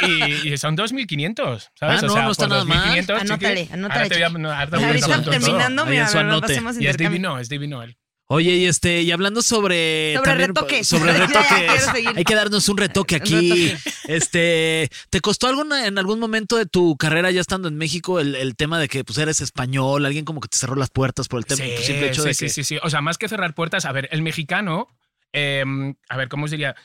Y, y son 2.500, ¿sabes? Ah, no, no está por nada mal. 2.500, Anótale, anótale, chiquis, ahora te voy a- chiqui. no, ahora te Ahí voy a está, contar todo. terminando, Ahí en mira, su lo- lo anote. hacemos Y es intercambio. divino, eh, es divino él. Oye, y este, y hablando sobre. Sobre también, retoques. Sobre Ya, ya, retoques. quiero seguir. Hay que darnos un retoque Un aquí. retoque. Este. ¿Te costó alguna, en algún momento de tu carrera ya estando en México el, el tema de que pues eres español? Alguien como que te cerró las puertas por el tema, por el simple hecho sí, de sí, que. sí, sí. O sea, más que cerrar puertas, a ver, el mexicano, eh, a ver, ¿cómo os diría?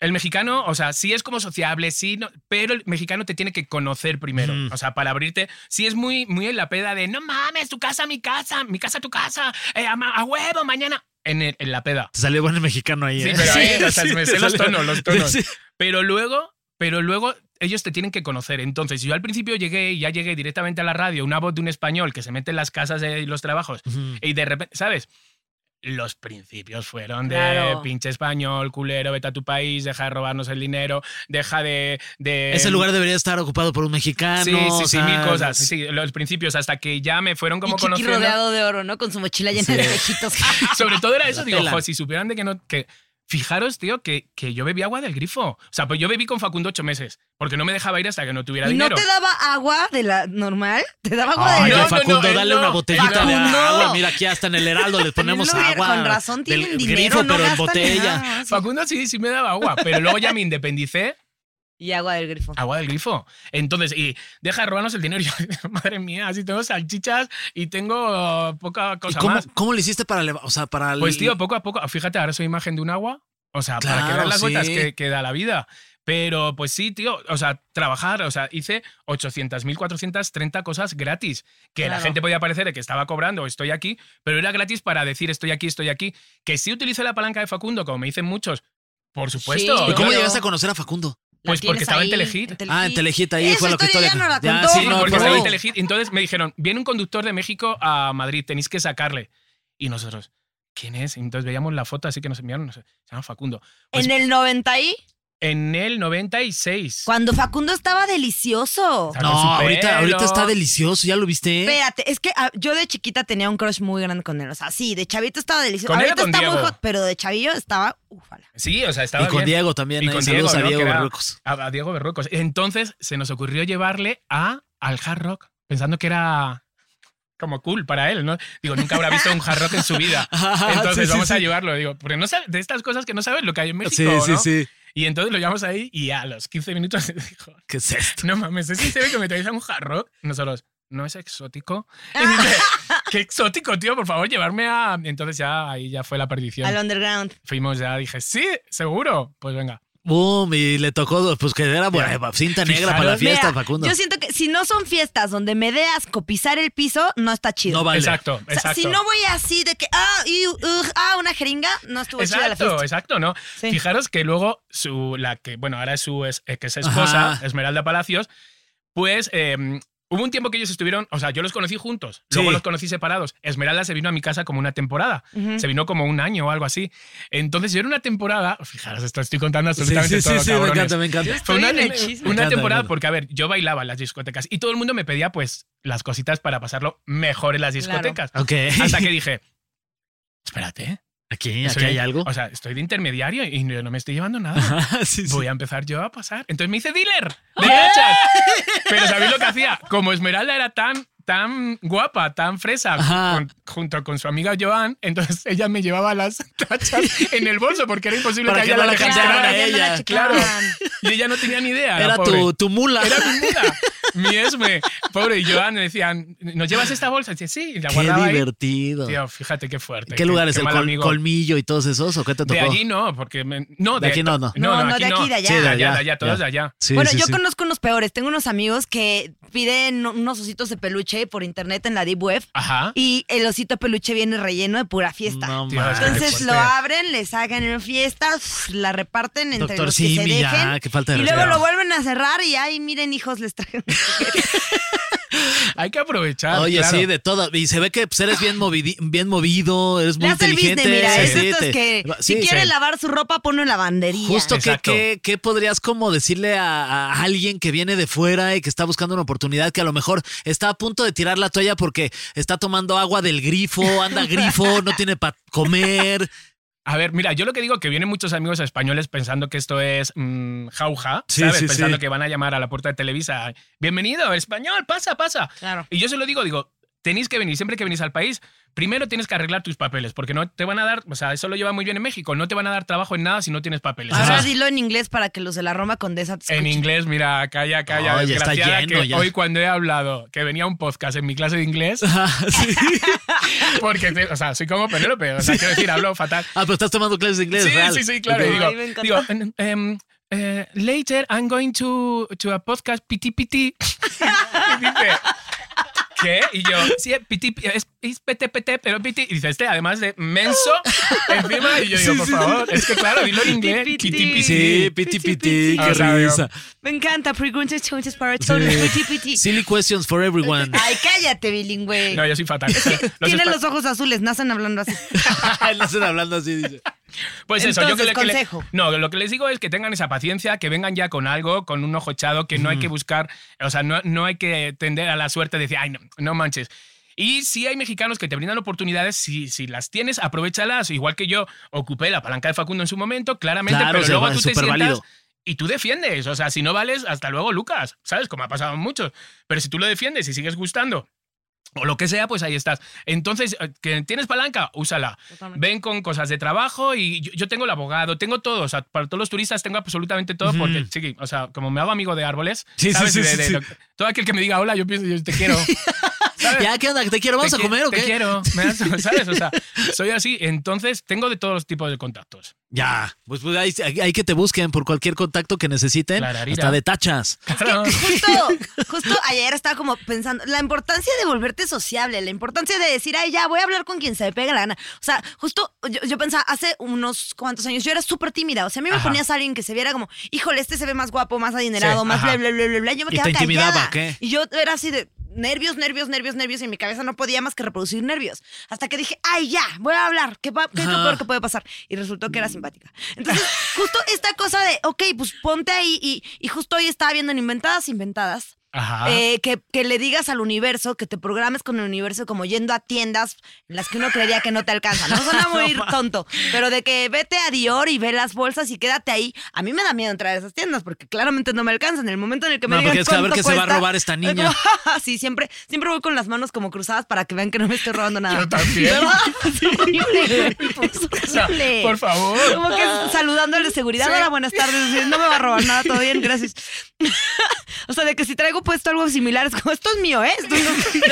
El mexicano, o sea, sí es como sociable, sí, no- pero el mexicano te tiene que conocer primero. Mm. O sea, para abrirte, sí es muy, muy en la peda de no mames, tu casa, mi casa, mi casa, tu casa, eh, a, ma- a huevo, mañana. En, el- en la peda. Te salió bueno el mexicano ahí, Sí, ¿eh? pero ahí, o sea, me te sé los salió- tonos, los tonos. Sí. Pero luego, pero luego ellos te tienen que conocer. Entonces, yo al principio llegué y ya llegué directamente a la radio, una voz de un español que se mete en las casas de los trabajos Ujú. y de repente, ¿sabes? Los principios fueron de Claro. pinche español, culero, vete a tu país, deja de robarnos el dinero, deja de. de Ese lugar debería estar ocupado por un mexicano. Sí, sí, o sí, sea, mil cosas. Sí, los principios, hasta que ya me fueron como y Chiqui conociendo. rodeado de oro, ¿no? Con su mochila llena de espejitos. Sobre todo era eso, La digo, pelan. "Jo, si supieran de que no. Que, fijaros, tío, que, que yo bebí agua del grifo. O sea, pues yo bebí con Facundo ocho meses, porque no me dejaba ir hasta que no tuviera ¿Y no dinero. te daba agua de la normal? ¿Te daba agua Ay, de no, don no, Facundo, él dale una no. botellita de Facundo. agua. Mira, aquí hasta en el Heraldo le ponemos Él no- agua. Con razón tienen del dinero, grifo, no pero en gastan en botella. nada. Facundo sí, sí me daba agua, pero luego ya me independicé Y agua del grifo. Agua del grifo. Entonces, y deja de robarnos el dinero. Y yo, madre mía, así tengo salchichas y tengo poca ¿Y cosa cómo, más. cómo le hiciste para, leva- o sea, para el- Pues tío, poco a poco, fíjate, ahora soy imagen de un agua. O sea, para que Claro, veas las sí. vueltas que, que da la vida. Pero pues sí, tío, o sea, trabajar, o sea, hice 800.430 cosas gratis, que la Claro. gente podía parecer que estaba cobrando, estoy aquí, pero era gratis para decir estoy aquí, estoy aquí. Que sí utilicé la palanca de Facundo, como me dicen muchos, por supuesto. Sí. ¿Y cómo Claro. llegaste a conocer a Facundo? La Pues porque tienes estaba en ahí, Telehit. Ah, en Telehit ahí Esa fue lo que historia estoy- ya no la Ya, contó, sí, Sí, no, porque por estaba en favor. Telehit. Entonces me dijeron, viene un conductor de México a Madrid, tenéis que sacarle. Y nosotros, ¿quién es? Y entonces veíamos la foto, así que nos enviaron, no sé, se llama Facundo. Pues, En el 90 y en el 96. cuando Facundo estaba delicioso. Estaba No, con su ahorita, ahorita pelo. está delicioso, ¿ya lo ¿Eh? viste? Espérate, es que ah, yo de chiquita tenía un crush muy grande con él. O sea, sí, de chavito estaba delicioso. Con él o Ahorita con está muy Diego. hot, pero de chavillo estaba. Ufala. Sí, o sea, estaba y con bien. Diego también. Y ahí, con saludos Diego, a ¿no? Diego Que era- Berrucos. A, a Diego Berruecos. Entonces se nos ocurrió llevarle a, al Hard Rock, pensando que era como cool para él, ¿no? Digo, nunca habrá visto un Hard Rock en su vida. Ah, Entonces sí, sí, vamos a sí. llevarlo, digo, porque no sabes de estas cosas que no sabes lo que hay en Sí, México, sí, ¿no? sí. Y entonces lo llevamos ahí y a los 15 minutos dijo, ¿Qué es esto? No mames, ¿es en serio que me traes a un hard rock? Nosotros, ¿no es exótico? Y dije, qué exótico, tío, por favor, llevarme a... Entonces ya ahí ya fue la perdición. Al underground. Fuimos ya, dije, sí, seguro. Pues venga. Boom, y le tocó, pues que era bueno, cinta negra para la Fijaros, fiesta, Mira, Facundo. Yo siento que si no son fiestas donde me dé asco pisar el piso, no está chido. No vale. Exacto, O sea, exacto. si no voy así de que, ah, iu, ugh, ah, una jeringa, no estuvo chida la Exacto, fiesta. exacto, ¿no? Sí. Fijaros que luego su, la que, bueno, ahora es su es, eh, que es esposa, Ajá. Esmeralda Palacios, pues eh, hubo un tiempo que ellos estuvieron, o sea, yo los conocí juntos, luego Sí. los conocí separados. Esmeralda se vino a mi casa como una temporada, se vino como un año o algo así. Entonces yo era una temporada, fijaros, esto estoy contando sí, sí, absolutamente sí, todo, sí, me cabrones. encanta, me encanta. Fue una, Estoy en el chisme. Me una encanta, me temporada, encanta. porque a ver, yo bailaba en las discotecas y todo el mundo me pedía pues las cositas para pasarlo mejor en las Claro. discotecas. Ok. Hasta que dije, espérate, Aquí, aquí soy- hay algo. O sea, estoy de intermediario y no, no me estoy llevando nada. Ajá, sí, sí. Voy a empezar yo a pasar. Entonces me hice dealer de gachas. ¡Eh! Pero ¿sabéis lo que hacía? Como Esmeralda era tan, tan guapa, tan fresa, Ajá. con- junto con su amiga Joan, entonces ella me llevaba las tachas en el bolso porque era imposible Para que que ella no la la dejara alcanzara entrar. a ella. Ya me la Claro. checaban. Y ella no tenía ni idea. la Era pobre. tu, tu mula. Era mi muda. Mi esme. Pobre Joan le decían, ¿nos llevas esta bolsa? Y decía, sí, y la Qué guardaba ahí. divertido. Tío, fíjate qué fuerte. ¿Qué, lugar es el mal col- amigo. colmillo y todos esos? ¿O qué te tocó? De allí no, porque. me- no, Ah, De aquí no, no. No, no, de aquí, de allá. Sí, de de allá, allá, de allá, todos ya. de allá. Sí, bueno, sí, yo sí. conozco unos peores. Tengo unos amigos que piden unos ositos de peluche por internet en la Deep Web Ajá. y el osito de peluche viene relleno de pura fiesta. Ah, No, Tío, mames. es que te Entonces fuerte. lo abren, les sacan en fiesta, uf, la reparten entre Doctor los que se Simi, ya, dejen qué falta de y luego respeto. lo vuelven a cerrar y ay, miren hijos, les traje. Hay que aprovechar. Oye, claro. sí, de todo. Y se ve que pues, eres bien, movidi- bien movido, eres muy Le hace el business, inteligente. mira, sí, es sí, estos te- que si sí, quiere sí. lavar su ropa, ponlo en lavandería. Justo que- que, que podrías como decirle a, a alguien que viene de fuera y que está buscando una oportunidad que a lo mejor está a punto de tirar la toalla porque está tomando agua del grifo, anda grifo, no tiene para comer. A ver, mira, yo lo que digo que vienen muchos amigos españoles pensando que esto es mm, jauja, Sí, ¿sabes? sí, pensando sí. que van a llamar a la puerta de Televisa, bienvenido, español, pasa, pasa. Claro. Y yo se lo digo, digo, tenéis que venir, siempre que venís al país, primero tienes que arreglar tus papeles, porque no te van a dar, o sea, eso lo lleva muy bien en México, no te van a dar trabajo en nada si no tienes papeles. O sea, Ahora dilo en inglés para que los de la Roma Condesa te en escuchen. inglés, mira, calla, calla. Oye, está desgraciada, lleno que ya. Hoy cuando he hablado que venía un podcast en mi clase de inglés, Ah, porque, o sea, soy como Penélope, o sea, quiero decir, hablo fatal. Ah, pero estás tomando clases de inglés, Sí, real. sí, sí, claro. Ok. y Ay, me encanta. digo, digo, "Em, em, eh, later I'm going to, to a podcast piti piti. y dice, ¿qué? Y yo, sí, piti, pi- es, es pete pete, pero piti. Y dice, este, además de menso, encima. Y yo digo, Sí, por sí. favor, es que claro, dilo en inglés. Piti, Piti piti. piti. Sí, piti piti, Ah, qué o sea, digo, risa. Me encanta, preguntas, chonches para todos, piti, piti. Silly questions for everyone. Ay, cállate, bilingüe. No, yo soy fatal. Los Tiene espa- los ojos azules, nacen hablando así. No están hablando así, dice. Pues eso, yo Entonces, creo que le- consejo. no, lo que les digo es que tengan esa paciencia, que vengan ya con algo, con un ojo echado, que no hay que buscar, o sea, no, no hay que tender a la suerte de decir, ay, no, no manches. Y sí hay mexicanos que te brindan oportunidades, si, si las tienes, aprovechalas. Igual que yo ocupé la palanca de Facundo en su momento, claramente, Claro, pero se luego va- tú te súper sientas válido. y tú defiendes. O sea, si no vales, hasta luego, Lucas, ¿sabes? Como ha pasado en muchos. Pero si tú lo defiendes y sigues gustando o lo que sea, pues ahí estás. Entonces, eh, que tienes palanca, úsala. Totalmente. Ven con cosas de trabajo y yo, yo tengo el abogado, tengo todo, o sea, para todos los turistas tengo absolutamente todo, Ujú. porque, chiqui, o sea, como me hago amigo de árboles, Sí, sí, ¿sabes? sí, Y de- sí, de- sí. lo- todo aquel que me diga hola, yo pienso, yo te quiero. ¿sabes? Ya, ¿qué onda? ¿Te quiero? ¿Vamos Te a qui- comer o qué? Te quiero, me das- ¿sabes? O sea, soy así, entonces tengo de todos los tipos de contactos. Ya, pues, pues, ahí, ahí que te busquen por cualquier contacto que necesiten, Clararira. hasta de tachas. Claro. Justo, justo ayer estaba como pensando la importancia de volverte sociable, la importancia de decir, ay, ya voy a hablar con quien se me pegue la gana. O sea, justo yo, yo pensaba, hace unos cuantos años yo era súper tímida. O sea, a mí me Ajá. ponías a alguien que se viera como, híjole, este se ve más guapo, más adinerado, Sí, más bla, ajá. bla, bla, bla, bla. Yo me ¿Y te quedaba intimidaba, callada. qué? Y yo era así de nervios, nervios, nervios, nervios. Y en mi cabeza no podía más que reproducir nervios. Hasta que dije, ay, ya, voy a hablar. ¿Qué, pa- qué es lo Ajá. peor que puede pasar? Y resultó que era simpática. Entonces, justo esta cosa de, ok, pues ponte ahí. Y, y justo hoy estaba viendo en Inventadas, Inventadas. Ajá. Eh, que, que le digas al universo, que te programes con el universo como yendo a tiendas en las que uno creería que no te alcanzan. No suena muy tonto, pero de que vete a Dior y ve las bolsas y quédate ahí. A mí me da miedo entrar a esas tiendas porque claramente no me alcanzan. En el momento en el que me No, digan porque es que a ver cuánto qué se va a cuesta, robar esta niña. sí, siempre, siempre voy con las manos como cruzadas para que vean que no me estoy robando nada. Yo también. ¿Verdad? Es horrible. Es O sea, horrible. por favor. Como que saludando al de seguridad, hola, buenas tardes, así, no me va a robar nada, todo bien, gracias. o sea, de que si traigo puesto algo similar, es como, esto es mío, ¿eh? Esto no-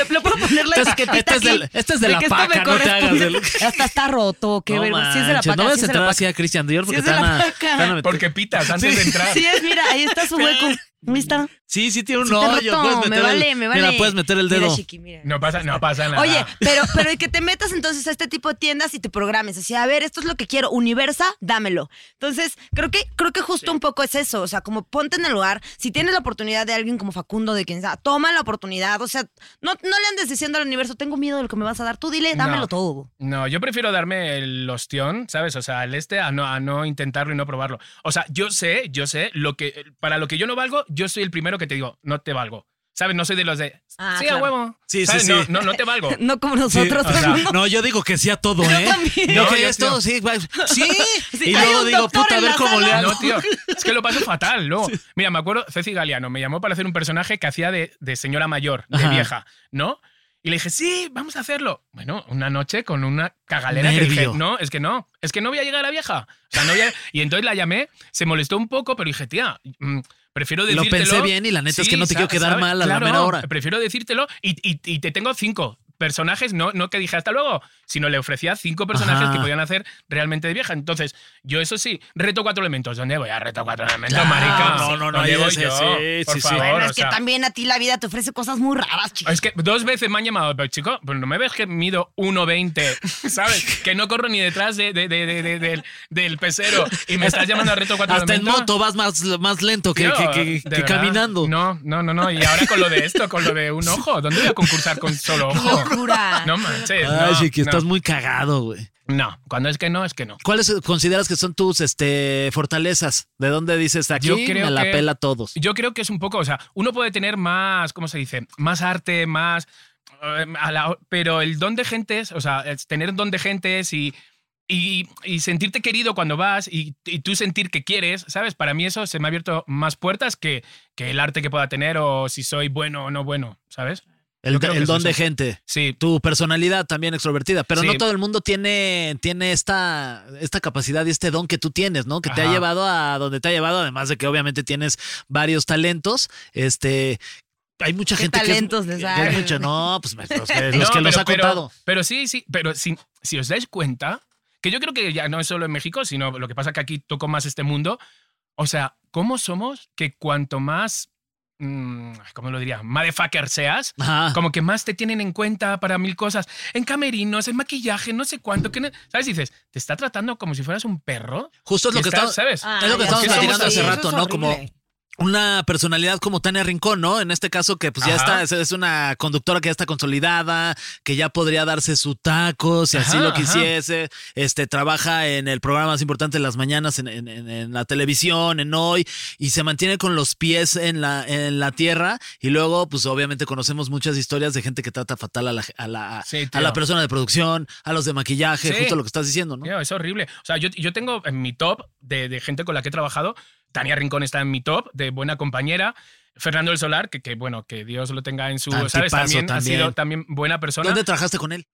le, le puedo poner la Este es que- etiqueta este es aquí, del- este es de la que esto paca, me no te hagas corresponde. del- Hasta está roto, qué no vergüenza. Sí es de la manches, no paca, sí vas es a de la entrar paca. así a Christian Dior Sí porque es de te van la a- paca. te van a meter- Porque pitas antes de entrar. Sí es, mira, ahí está su hueco. Ahí está. Sí, sí tiene un Sí está hoyo. roto, puedes meter me el- vale, me vale. Mira, puedes meter el dedo. Mira, Chiqui, mira. No pasa, no pasa nada. Oye, pero, pero el que te metas entonces a este tipo de tiendas y te programes. Así, a ver, esto es lo que quiero. Universa, dámelo. Entonces, creo que, creo que justo un poco es eso. O sea, como ponte en el lugar. Si tienes la oportunidad de alguien como Facundo, de quien sea, toma la oportunidad. O sea, no, no le andes diciendo al universo, tengo miedo de lo que me vas a dar. Tú dile, dámelo No. todo. No, yo prefiero darme el ostión, ¿sabes? O sea, el este a no, a no intentarlo y no probarlo. O sea, yo sé, yo sé, lo que, para lo que yo no valgo, yo soy el primero que te digo, no te valgo. ¿Sabes? No soy de los de, Ah, sí, claro. a huevo. Sí, sí, ¿Sabes? sí. No, no, no te valgo. No como nosotros. o sea, Fernando. No, yo digo que sí a todo, ¿eh? también. Yo No, que yo- es todo, no. sí. va- Sí. Sí, Y hay luego un digo, doctor puta, a en ver la cómo le sala. hago. No, tío, es que lo paso fatal, luego. Mira, me acuerdo, Ceci Galeano me llamó para hacer un personaje que hacía de, de señora mayor, de Ajá. vieja, ¿no? Y le dije, sí, vamos a hacerlo. Bueno, una noche con una cagalera que Nervio. dije, no, es que no, es que no voy a llegar a la vieja. O sea, no voy a- Y entonces la llamé, se molestó un poco, pero dije, tía, mm, prefiero Lo decírtelo. pensé bien y la neta es que no te quiero sa- quedar sabe- mal a la claro, mera hora. Prefiero decírtelo y, y- y te tengo cinco. personajes, no, no que dije hasta luego, sino le ofrecía cinco personajes Ajá. que podían hacer realmente de vieja. Entonces, yo eso sí, reto cuatro elementos. ¿Dónde voy a reto cuatro elementos, Claro, marica? no, no, no, ¿Dónde ahí voy ese, yo? sí, Por sí, sí. favor, Bueno, o es que sea. también a ti la vida te ofrece cosas muy raras, chicos. Es que dos veces me han llamado, pero chico, pues no me ves que mido 1,20, ¿sabes? Que no corro ni detrás de, de- de- de- de- del, del pecero y me estás llamando a reto cuatro Hasta en elementos. moto vas más, más lento que, que- Tío, que- de que verdad. caminando. No, no, no, no. Y ahora con lo de esto, con lo de un ojo, ¿dónde voy a concursar con solo ¡Qué ojo? locura! No manches. Ay, no, Chiqui, no. estás muy cagado, güey. No, cuando es que no, es que no. ¿Cuáles consideras que son tus este, fortalezas? ¿De dónde dices aquí Yo creo me la que- pela a todos? Yo creo que es un poco, o sea, uno puede tener más, ¿cómo se dice? Más arte, más. eh, a la- pero el don de gentes, o sea, es tener don de gentes y. Y, y sentirte querido cuando vas y, y tú sentir que quieres, ¿sabes? Para mí eso se me ha abierto más puertas que, que el arte que pueda tener o si soy bueno o no bueno, ¿sabes? El, yo creo el que don sí, de sí. gente. Sí, Tu personalidad también extrovertida, pero Sí. no todo el mundo tiene, tiene esta, esta capacidad y este don que tú tienes, ¿no? Que te ha Ajá. llevado a donde te ha llevado, además de que obviamente tienes varios talentos. Este, hay mucha ¿Qué gente talentos que. es- les que hay? es mucho- no, pues me- los que, los No, que los pero- ha pero- contado. Pero sí, sí, pero si, si os dais cuenta, que yo creo que ya no es solo en México, sino lo que pasa que aquí toco más este mundo. O sea, ¿cómo somos que cuanto más, mm, ¿cómo lo diría? Motherfucker seas, Ajá. como que más te tienen en cuenta para mil cosas. En camerinos, en maquillaje, no sé cuánto. Que no- ¿Sabes? Dices, te está tratando como si fueras un perro. Justo es lo Y que está- estamos, ¿sabes? Ah, es lo que ya estamos sé. platicando Sí, hace eso rato, es ¿no? Como horrible. una personalidad como Tania Rincón, ¿no? En este caso que pues ya Ajá. está, es- es una conductora que ya está consolidada, que ya podría darse su taco si así Ajá, lo ajá. quisiese, este, trabaja en el programa más importante de las mañanas en, en- en- en la televisión, en hoy, y se mantiene con los pies en la, en la tierra y luego pues obviamente conocemos muchas historias de gente que trata fatal a la, a la, Sí, a la tío. persona de producción, a los de maquillaje, Sí. justo lo que estás diciendo, ¿no? Tío, es horrible. O sea, yo, yo tengo en mi top de, de gente con la que he trabajado, Tania Rincón está en mi top de buena compañera. Fernando el Solar, que, que, bueno, que Dios lo tenga en su. ¿Sabes? Antipaso También, ha también. sido también buena persona. ¿Dónde trabajaste con él?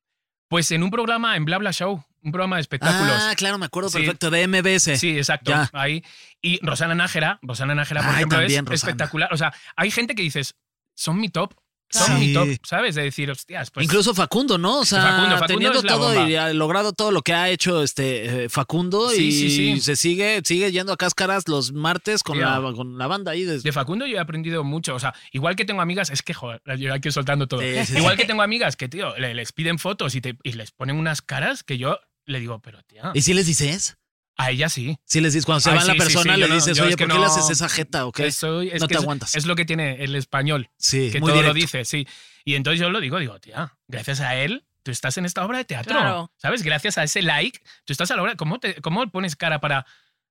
Pues en un programa en BlaBla Show, un programa de espectáculos. Ah, claro, me acuerdo Sí. perfecto, de MBS. Sí, exacto. Ya. Ahí. Y Rosana Nájera, Rosana Nájera, por Ay, ejemplo, también, es Rosana. espectacular. O sea, hay gente que dices, son mi top, son Claro. mi top, Sí. ¿sabes? De decir, hostias, pues. Incluso Facundo, ¿no? O sea, Facundo, Facundo teniendo es la todo bomba. y ha logrado todo lo que ha hecho este eh, Facundo Sí, y sí, sí. se sigue sigue yendo a cáscaras los martes con, Ya. la, con la banda ahí. de- De Facundo yo he aprendido mucho. O sea, igual que tengo amigas, es que joder, yo aquí soltando todo. Sí, sí, igual sí. que tengo amigas que, tío, le- les piden fotos y, te- y les ponen unas caras que yo le digo, pero tía, ¿Y si les dices? a ella sí. Si les dices, cuando se Ay, va sí, la sí, persona, sí, le yo no- dices, yo es oye, que ¿por qué le no- haces esa jeta o qué? Eso es no que te es- aguantas. Es lo que tiene el español, sí, que muy todo lo directo. dice, sí. Y entonces yo lo digo, digo, tía, gracias a él, tú estás en esta obra de teatro. Claro. ¿Sabes? Gracias a ese like, tú estás a la obra. ¿Cómo, te, cómo pones cara para.?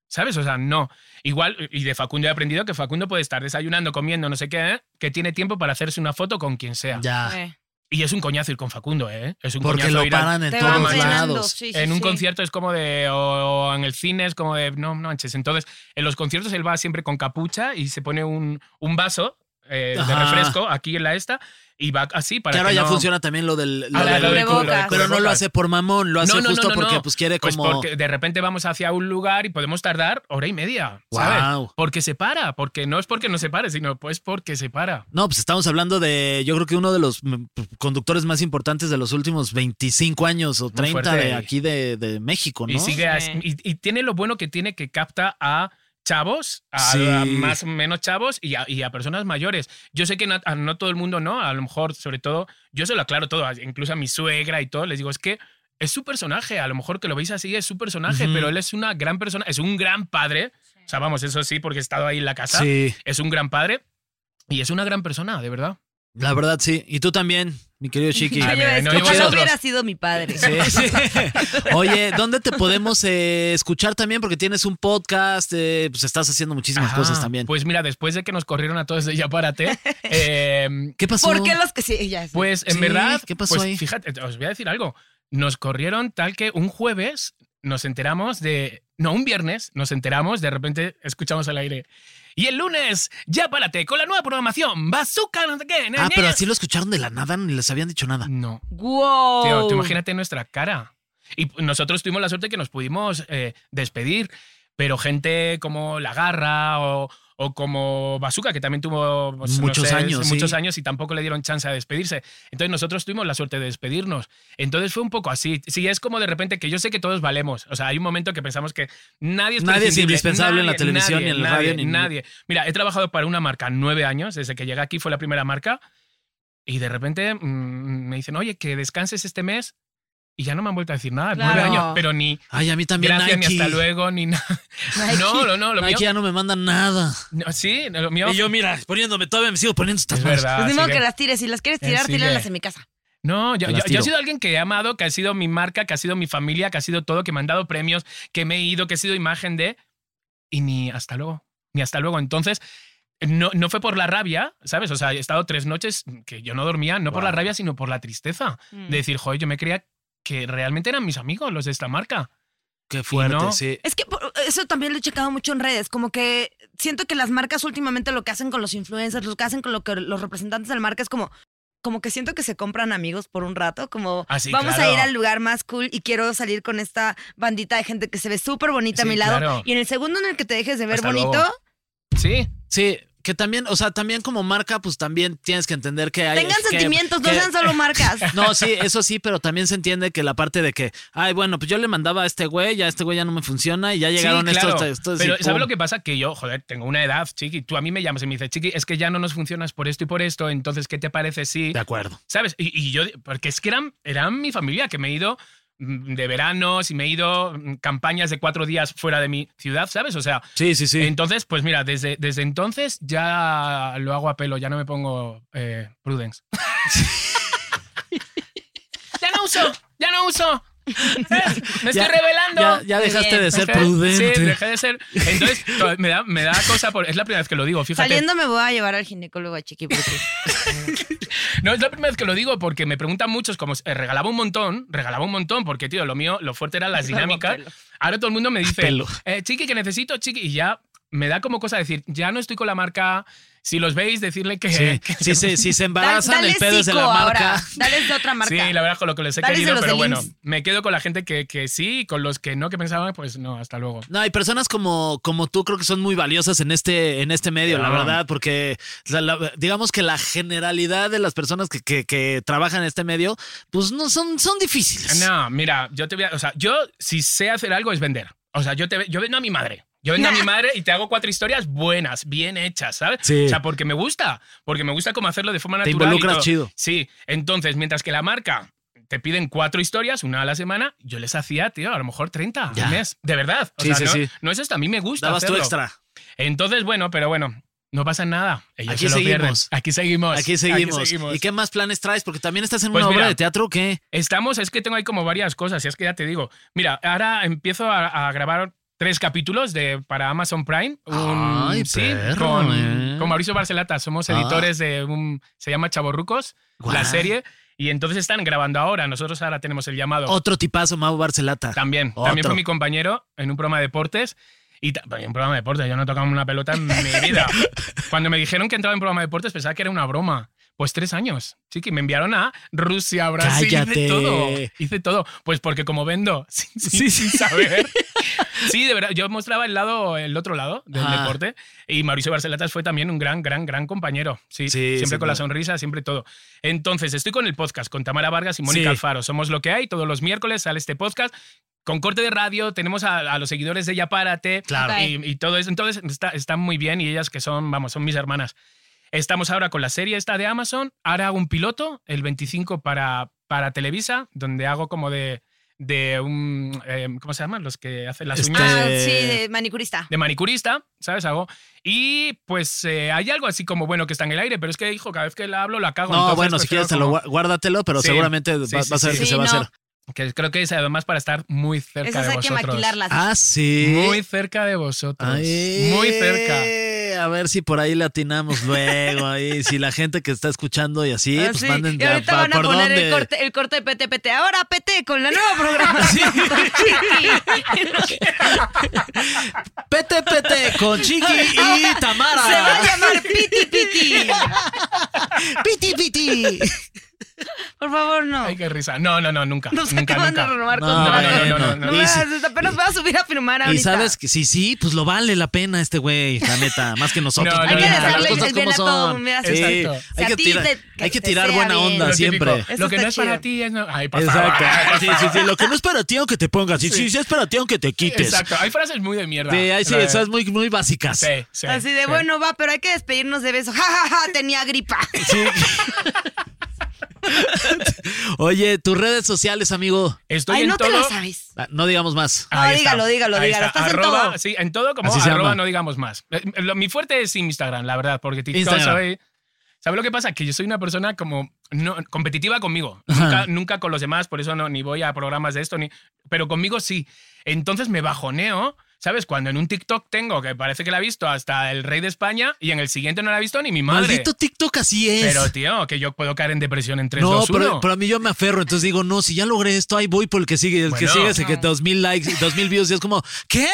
¿Sabes? O sea, no. Igual, y de Facundo he aprendido que Facundo puede estar desayunando, comiendo, no sé qué, ¿eh? que tiene tiempo para hacerse una foto con quien sea. Ya, Eh, Y es un coñazo ir con Facundo, ¿eh? Es un porque coñazo lo ir a- paran en Te van todos frenando, lados. sí, sí, en un sí. concierto es como de. O, o en el cine es como de. No no manches. Entonces, en los conciertos él va siempre con capucha y se pone un, un vaso eh, de Ajá. refresco aquí en la esta y va así para. Que ahora que ya no- funciona también lo del... lo Ah, del- lo del cubrebocas. cubre- pero no lo cubrebocas. hace por mamón, lo hace No, no, no, justo no, porque no. pues quiere Pues como... porque de repente vamos hacia un lugar y podemos tardar hora y media. ¿sabes? Guau. Porque se para. Porque no es porque no se pare, sino pues porque se para. No, pues estamos hablando de, yo creo que uno de los mm, conductores más importantes de los últimos 25 años o 30 fuerte. de aquí de, de México, ¿no? Y sigue así- Sí. y, y tiene lo bueno que tiene que capta a chavos, a, Sí. a más o menos chavos y a, y a personas mayores. Yo sé que no, a no todo el mundo, ¿no? A lo mejor, sobre todo, yo se lo aclaro todo, a- incluso a mi suegra y todo, les digo, es que es su personaje, a lo mejor que lo veis así es su personaje, Ujú. pero él es una gran persona, es un gran padre, o sea, vamos, eso sí, porque he estado ahí en la casa, Sí, es un gran padre y es una gran persona, de verdad. la verdad sí. Y tú también, mi querido Chiqui. yo A ver, es no, como y no vosotros. hubiera sido mi padre. Sí, sí. Oye, ¿dónde te podemos eh, escuchar también? Porque tienes un podcast, eh, pues estás haciendo muchísimas Ajá, cosas también. Pues mira, después de que nos corrieron a todos de Ya Párate, eh, ¿Qué pasó? Ah, ¿Por qué los que sí? Ya sé. Pues en Sí, verdad, ¿qué pasó pues, ahí? fíjate, os voy a decir algo. Nos corrieron tal que un jueves nos enteramos de, no, un viernes nos enteramos, de repente escuchamos al aire. Y el lunes, ya párate con la nueva programación, bazooka, no sé qué. na, Ah, na, pero na". así lo escucharon de la nada, ni les habían dicho nada. No, wow. tío, tú imagínate nuestra cara. Y nosotros tuvimos la suerte que nos pudimos eh, despedir, pero gente como La Garra o, o como Bazooka, que también tuvo pues, no Muchos sé, años, muchos sí. años y tampoco le dieron chance a despedirse. Entonces nosotros tuvimos la suerte de despedirnos. Entonces fue un poco así. Sí, es como de repente que yo sé que todos valemos. O sea, hay un momento que pensamos que nadie es Nadie es prescindible. indispensable en la Nadie, televisión, ni en la nadie, radio, ni en- Nadie. Mira, he trabajado para una marca nueve años. Desde que llegué aquí fue la primera marca. Y de repente mm, me dicen, oye, que descanses este mes. Y ya no me han vuelto a decir nada. Nueve Claro. años, pero ni Ay, a mí también gracias, Nike. ni hasta luego, ni nada. No, no, no. Lo mío, Nike ya no me mandan nada. no, sí, lo mío. Y yo, mira, poniéndome, todavía me sigo poniendo estas es cosas. verdad. Pues ni así modo ah, que- que las tires. Si las quieres Eh, tirar, sí, tíralas que- en mi casa. No, Te yo, yo- las yo he tiro. sido alguien que he amado, que ha sido mi marca, que ha sido mi familia, que ha sido todo, que me han dado premios, que me he ido, que he sido imagen de. Y ni hasta luego, ni hasta luego. Entonces, no, no fue por la rabia, ¿sabes? O sea, he estado tres noches que yo no dormía, no por la rabia, sino por la tristeza. De decir, joder, yo me creía que realmente eran mis amigos los de esta marca. Qué fuerte, Y no- sí. Es que por- eso también lo he checado mucho en redes, como que siento que las marcas últimamente lo que hacen con los influencers, lo que hacen con lo que los representantes de la marca es como como que siento que se compran amigos por un rato, como Ah, sí, vamos claro. a ir al lugar más cool y quiero salir con esta bandita de gente que se ve súper bonita a Sí, mi lado claro. y en el segundo en el que te dejes de ver Hasta bonito, luego. Sí, Sí, que también, o sea, también como marca, pues también tienes que entender que hay. tengan que- sentimientos, que- no sean solo marcas. No, sí, eso sí, pero también se entiende que la parte de que, ay, bueno, pues yo le mandaba a este güey, ya este güey ya no me funciona y ya llegaron Sí, estos. claro. estos y Pero pum. ¿sabes lo que pasa? Que yo, joder, tengo una edad, chiqui. Tú a mí me llamas y me dices, chiqui, es que ya no nos funcionas por esto y por esto. Entonces, ¿qué te parece si...? De acuerdo. ¿Sabes? Y, y yo, porque es que eran, eran mi familia, que me he ido mm, de veranos y me he ido mm, campañas de cuatro días fuera de mi ciudad, ¿sabes? O sea, Sí, sí, sí. entonces, pues mira, desde, desde entonces ya lo hago a pelo, ya no me pongo eh, Prudence. ya no uso, ya no uso. Me estoy Ya- revelando. Ya, ya dejaste de ser Dejé- prudente. Sí, dejé de ser. Entonces, to- me da, me da cosa por. Es la primera vez que lo digo, fíjate. Saliendo me voy a llevar al ginecólogo a Chiqui porque No, es la primera vez que lo digo porque me preguntan muchos, como eh, regalaba un montón, regalaba un montón, porque, tío, lo mío, lo fuerte eran las dinámicas. Ahora todo el mundo me dice, Pelo. eh, chiqui, que necesito, chiqui, y ya me da como cosa decir, ya no estoy con la marca. Si los veis, decirle que. Sí, que- sí, sí, sí, se embarazan, dale el pedo es de la psico marca. ahora, dales de otra marca. Sí, la verdad con lo que les he Dales de querido, los pero del bueno, Inss. me quedo con la gente que, que sí, y con los que no, que pensaban, pues no, hasta luego. No, hay personas como, como tú creo que son muy valiosas en este, en este medio, la Claro. verdad, porque la- la- digamos que la generalidad de las personas que, que- que trabajan en este medio, pues no son, son difíciles. No, mira, yo te voy a, o sea, yo si sé hacer algo es vender. O sea, yo te yo vendo a mi madre. Yo vendo a mi madre y te hago cuatro historias buenas, bien hechas, ¿sabes? Sí. O sea, porque me gusta, porque me gusta cómo hacerlo de forma Te natural. y involucras todo. chido. Sí, entonces, mientras que la marca te piden cuatro historias, una a la semana, yo les hacía, tío, a lo mejor 30 Ya. al mes. De verdad. O Sí, sea, sí, no, sí. no es esto, a mí me gusta. Dabas tú hacerlo. extra. Entonces, bueno, pero bueno, no pasa nada. Ellos Aquí se lo seguimos. pierden. Aquí seguimos. Aquí seguimos. seguimos. ¿Y qué más planes traes? Porque también estás en Pues una obra mira. de teatro que... Estamos, es que tengo ahí como varias cosas, y es que ya te digo. Mira, ahora empiezo a, a grabar tres capítulos de, para Amazon Prime. Un- Ay, sí, perro, con, eh. con Mauricio Barcelata. Somos Ah. editores de un. Se llama Chaborrucos, Guau. la serie. Y entonces están grabando ahora. Nosotros ahora tenemos el llamado. Otro tipazo, Mau Barcelata. también. Otro. También fue mi compañero en un programa de deportes. Y ta- en un programa de deportes, yo no tocaba una pelota en mi vida. Cuando me dijeron que entraba en programa de deportes, pensaba que era una broma. Pues tres años, chiqui. Me enviaron a Rusia, Brasil, Cállate. hice todo. Hice todo. Pues porque como vendo, sin, sin- sin saber. sí, de verdad, yo mostraba el lado, el otro lado del Ah. deporte. Y Mauricio Barcelatas fue también un gran, gran, gran compañero. Sí, Sí, siempre sin con la duda. sonrisa, siempre todo. Entonces, estoy con el podcast, con Tamara Vargas y Mónica Sí. Alfaro. Somos lo que hay. Todos los miércoles sale este podcast. Con corte de radio tenemos a, a los seguidores de Ya Párate Claro. y, y todo eso. Entonces está, está muy bien y ellas que son, vamos, son mis hermanas. Estamos ahora con la serie esta de Amazon. Ahora hago un piloto, el 25 para, para Televisa, donde hago como de, de un, eh, ¿cómo se llaman? Los que hacen las Este- uñas Ah, Eh, sí, de manicurista. de manicurista, ¿sabes? Hago. Y pues eh, hay algo así como bueno que está en el aire, pero es que, hijo, cada vez que la hablo la cago. No, Entonces, bueno, si prefiero quieres te lo como- gua- guárdatelo, pero Sí. seguramente Sí, va- sí, vas a ver sí. que Sí, se va no. a hacer. Que creo que es además para estar muy cerca Esas de hay que vosotros. maquilarlas. Ah, sí. Muy cerca de vosotros. Ay. Muy cerca. A ver si por ahí le atinamos luego. ahí. Si la gente que está escuchando y así, Ah, pues sí. manden y ahorita pa- van a por poner dónde. el corte, el corte de PT, PT. Ahora PT con la nueva programación. Pete, pete, con Chiqui y Tamara. Se va a llamar Piti Piti. Piti, piti. Por favor, no. Ay, qué risa. No, no, no, nunca. Nos nunca, acaban nunca. de renovar No, contrato. bueno. No Y me si- hagas, apenas voy a subir a firmar ahorita. Y sabes que sí, sí, pues lo vale la pena este güey, la neta, más que nosotros. No, no, la Hay que neta, dejarle las cosas el bien como a todo, son. mira, Sí, si- Exacto. si hay a que ti tirar, te- hay que te tirar sea buena bien. onda Lo típico, siempre. Eso Lo que está no es para chido. ti es. no- Ay, por Exacto. favor. Ah, Sí, sí, sí. Lo que no es para ti, aunque te pongas. Sí, sí, sí es para ti, aunque te quites. Exacto. Hay frases muy de mierda. Sí, ahí sí, La de- esas muy, muy básicas. Sí, sí, Así de, sí. bueno, va, pero hay que despedirnos de beso. Ja, ja, ja, tenía gripa. Sí. Oye, tus redes sociales, amigo. Estoy Ay, en no te todo. lo sabes. Ah, No digamos más. No, Ahí dígalo, dígalo, Ahí dígalo. está. Estás en Arroba- todo. Sí, en todo como Así se arroba, llama. no digamos más. Eh, lo- mi fuerte es Instagram, la verdad, porque TikTok Instagram. soy- ¿Sabes lo que pasa? Que yo soy una persona como no, competitiva conmigo. Ajá. Nunca, nunca con los demás, por eso no, ni voy a programas de esto, ni, pero conmigo sí. Entonces me bajoneo, ¿sabes? Cuando en un TikTok tengo, que parece que la ha visto hasta el rey de España, y en el siguiente no la ha visto ni mi madre. Maldito TikTok así es. Pero, tío, que yo puedo caer en depresión en 3, no, 2, 1. pero, pero a mí yo me aferro, entonces digo, no, si ya logré esto, ahí voy por el que sigue, el que Bueno. sigue es el que dos mil likes, dos mil views, y es como, ¿qué?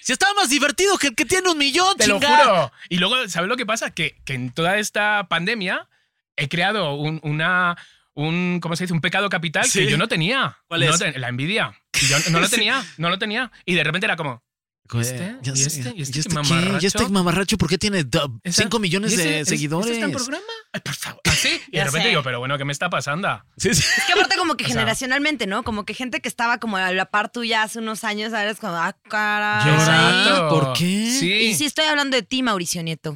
Si estaba más divertido que el que tiene un millón, Te lo chingada. juro. Y luego, ¿sabes lo que pasa? Que, que en toda esta pandemia he creado un, una, un, ¿cómo se dice? Un pecado capital Sí. que yo no tenía. ¿Cuál No es? te- la envidia. Yo no lo tenía, no lo tenía. Y de repente era como, Güey, este? "Eh, ya ¿Y sé. este? ¿Y este ¿Y este qué? mamarracho? ¿Y este mamarracho por qué tiene do- ¿esa- cinco millones ¿y ese- de es- seguidores? ¿Este está en programa? Ay, por favor. Así. Y de Ya repente sé. Ah, digo, pero bueno, ¿qué me está pasando? Sí, sí. Es que aparte como que sea- generacionalmente, ¿no? Como que gente que estaba como a la par tuya hace unos años, ahora es como, ah, cara. Yo- Exacto. ¿Por qué? Sí. Y sí estoy hablando de ti, Mauricio Nieto.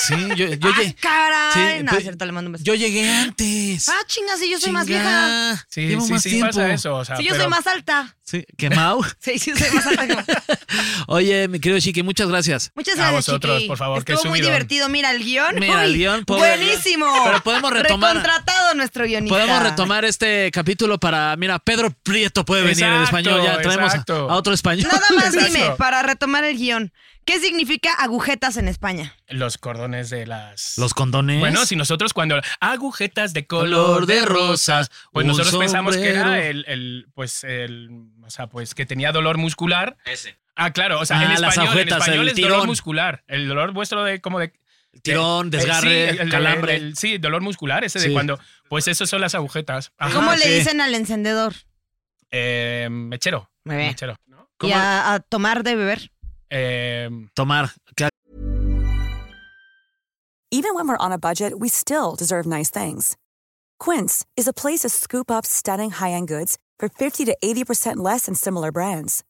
Sí, yo, yo, ah, lle- caray. Sí, no, pe- es cierto, le mando un beso. yo llegué antes. ah, chingas, si yo soy más vieja. Chinga. Ah, Sí, Llevo sí, más sí, tiempo. pasa eso. O sea, si yo pero- soy más alta. Sí, que Mau. Sí, yo soy más alta. que- Oye, mi querido Chiqui, muchas gracias. Muchas A gracias, vosotros, Chiqui. por favor, qué Estuvo muy subidón. divertido. Mira el guión. Mira el Uy, guión, pobre Buenísimo. guión. Pero podemos retomar- Recontratado nuestro guionista. Podemos retomar este capítulo para. Mira, Pedro Prieto puede venir en Exacto, español. Ya traemos a, exacto. a otro español. Nada más Exacto. dime, para retomar el guión, ¿qué significa agujetas en España? Los cordones de las... Los condones. Bueno, si nosotros cuando agujetas de color de rosas, pues un nosotros pensamos que era sombrero. el, el, pues el, o sea, pues que tenía dolor muscular. Ese. Ah, claro, o sea, Ah, en las español, agujetas, en español el es tirón. dolor muscular. El dolor vuestro de como de Tirón, de- desgarre, eh, sí, el- el- calambre. el- sí, dolor muscular, ese Sí. de cuando, pues eso son las agujetas. Ajá. ¿Cómo sí. le dicen al encendedor? Eh, mechero, Muy bien. mechero, ¿no? Y a, a tomar de beber. Eh, Tomar. Ca- Even when we're on a budget, we still deserve nice things. Quince is a place to scoop up stunning high-end goods for 50 to 80% less than similar brands.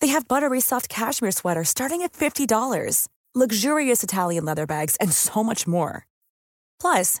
They have buttery soft cashmere sweaters starting at $50, luxurious Italian leather bags, and so much more. Plus,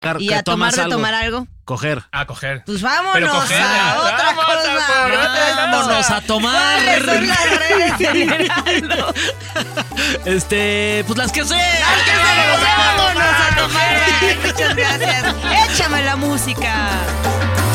car- Y que a tomar tomas de algo. tomar algo. Coger. a coger. Pues vámonos coger, a otra vamos a cosa. por otra Vámonos a ¿Cuáles son tomar. las redes del Heraldo? Este, pues las que sé. Vámonos a tomar. Muchas gracias. Échame la música.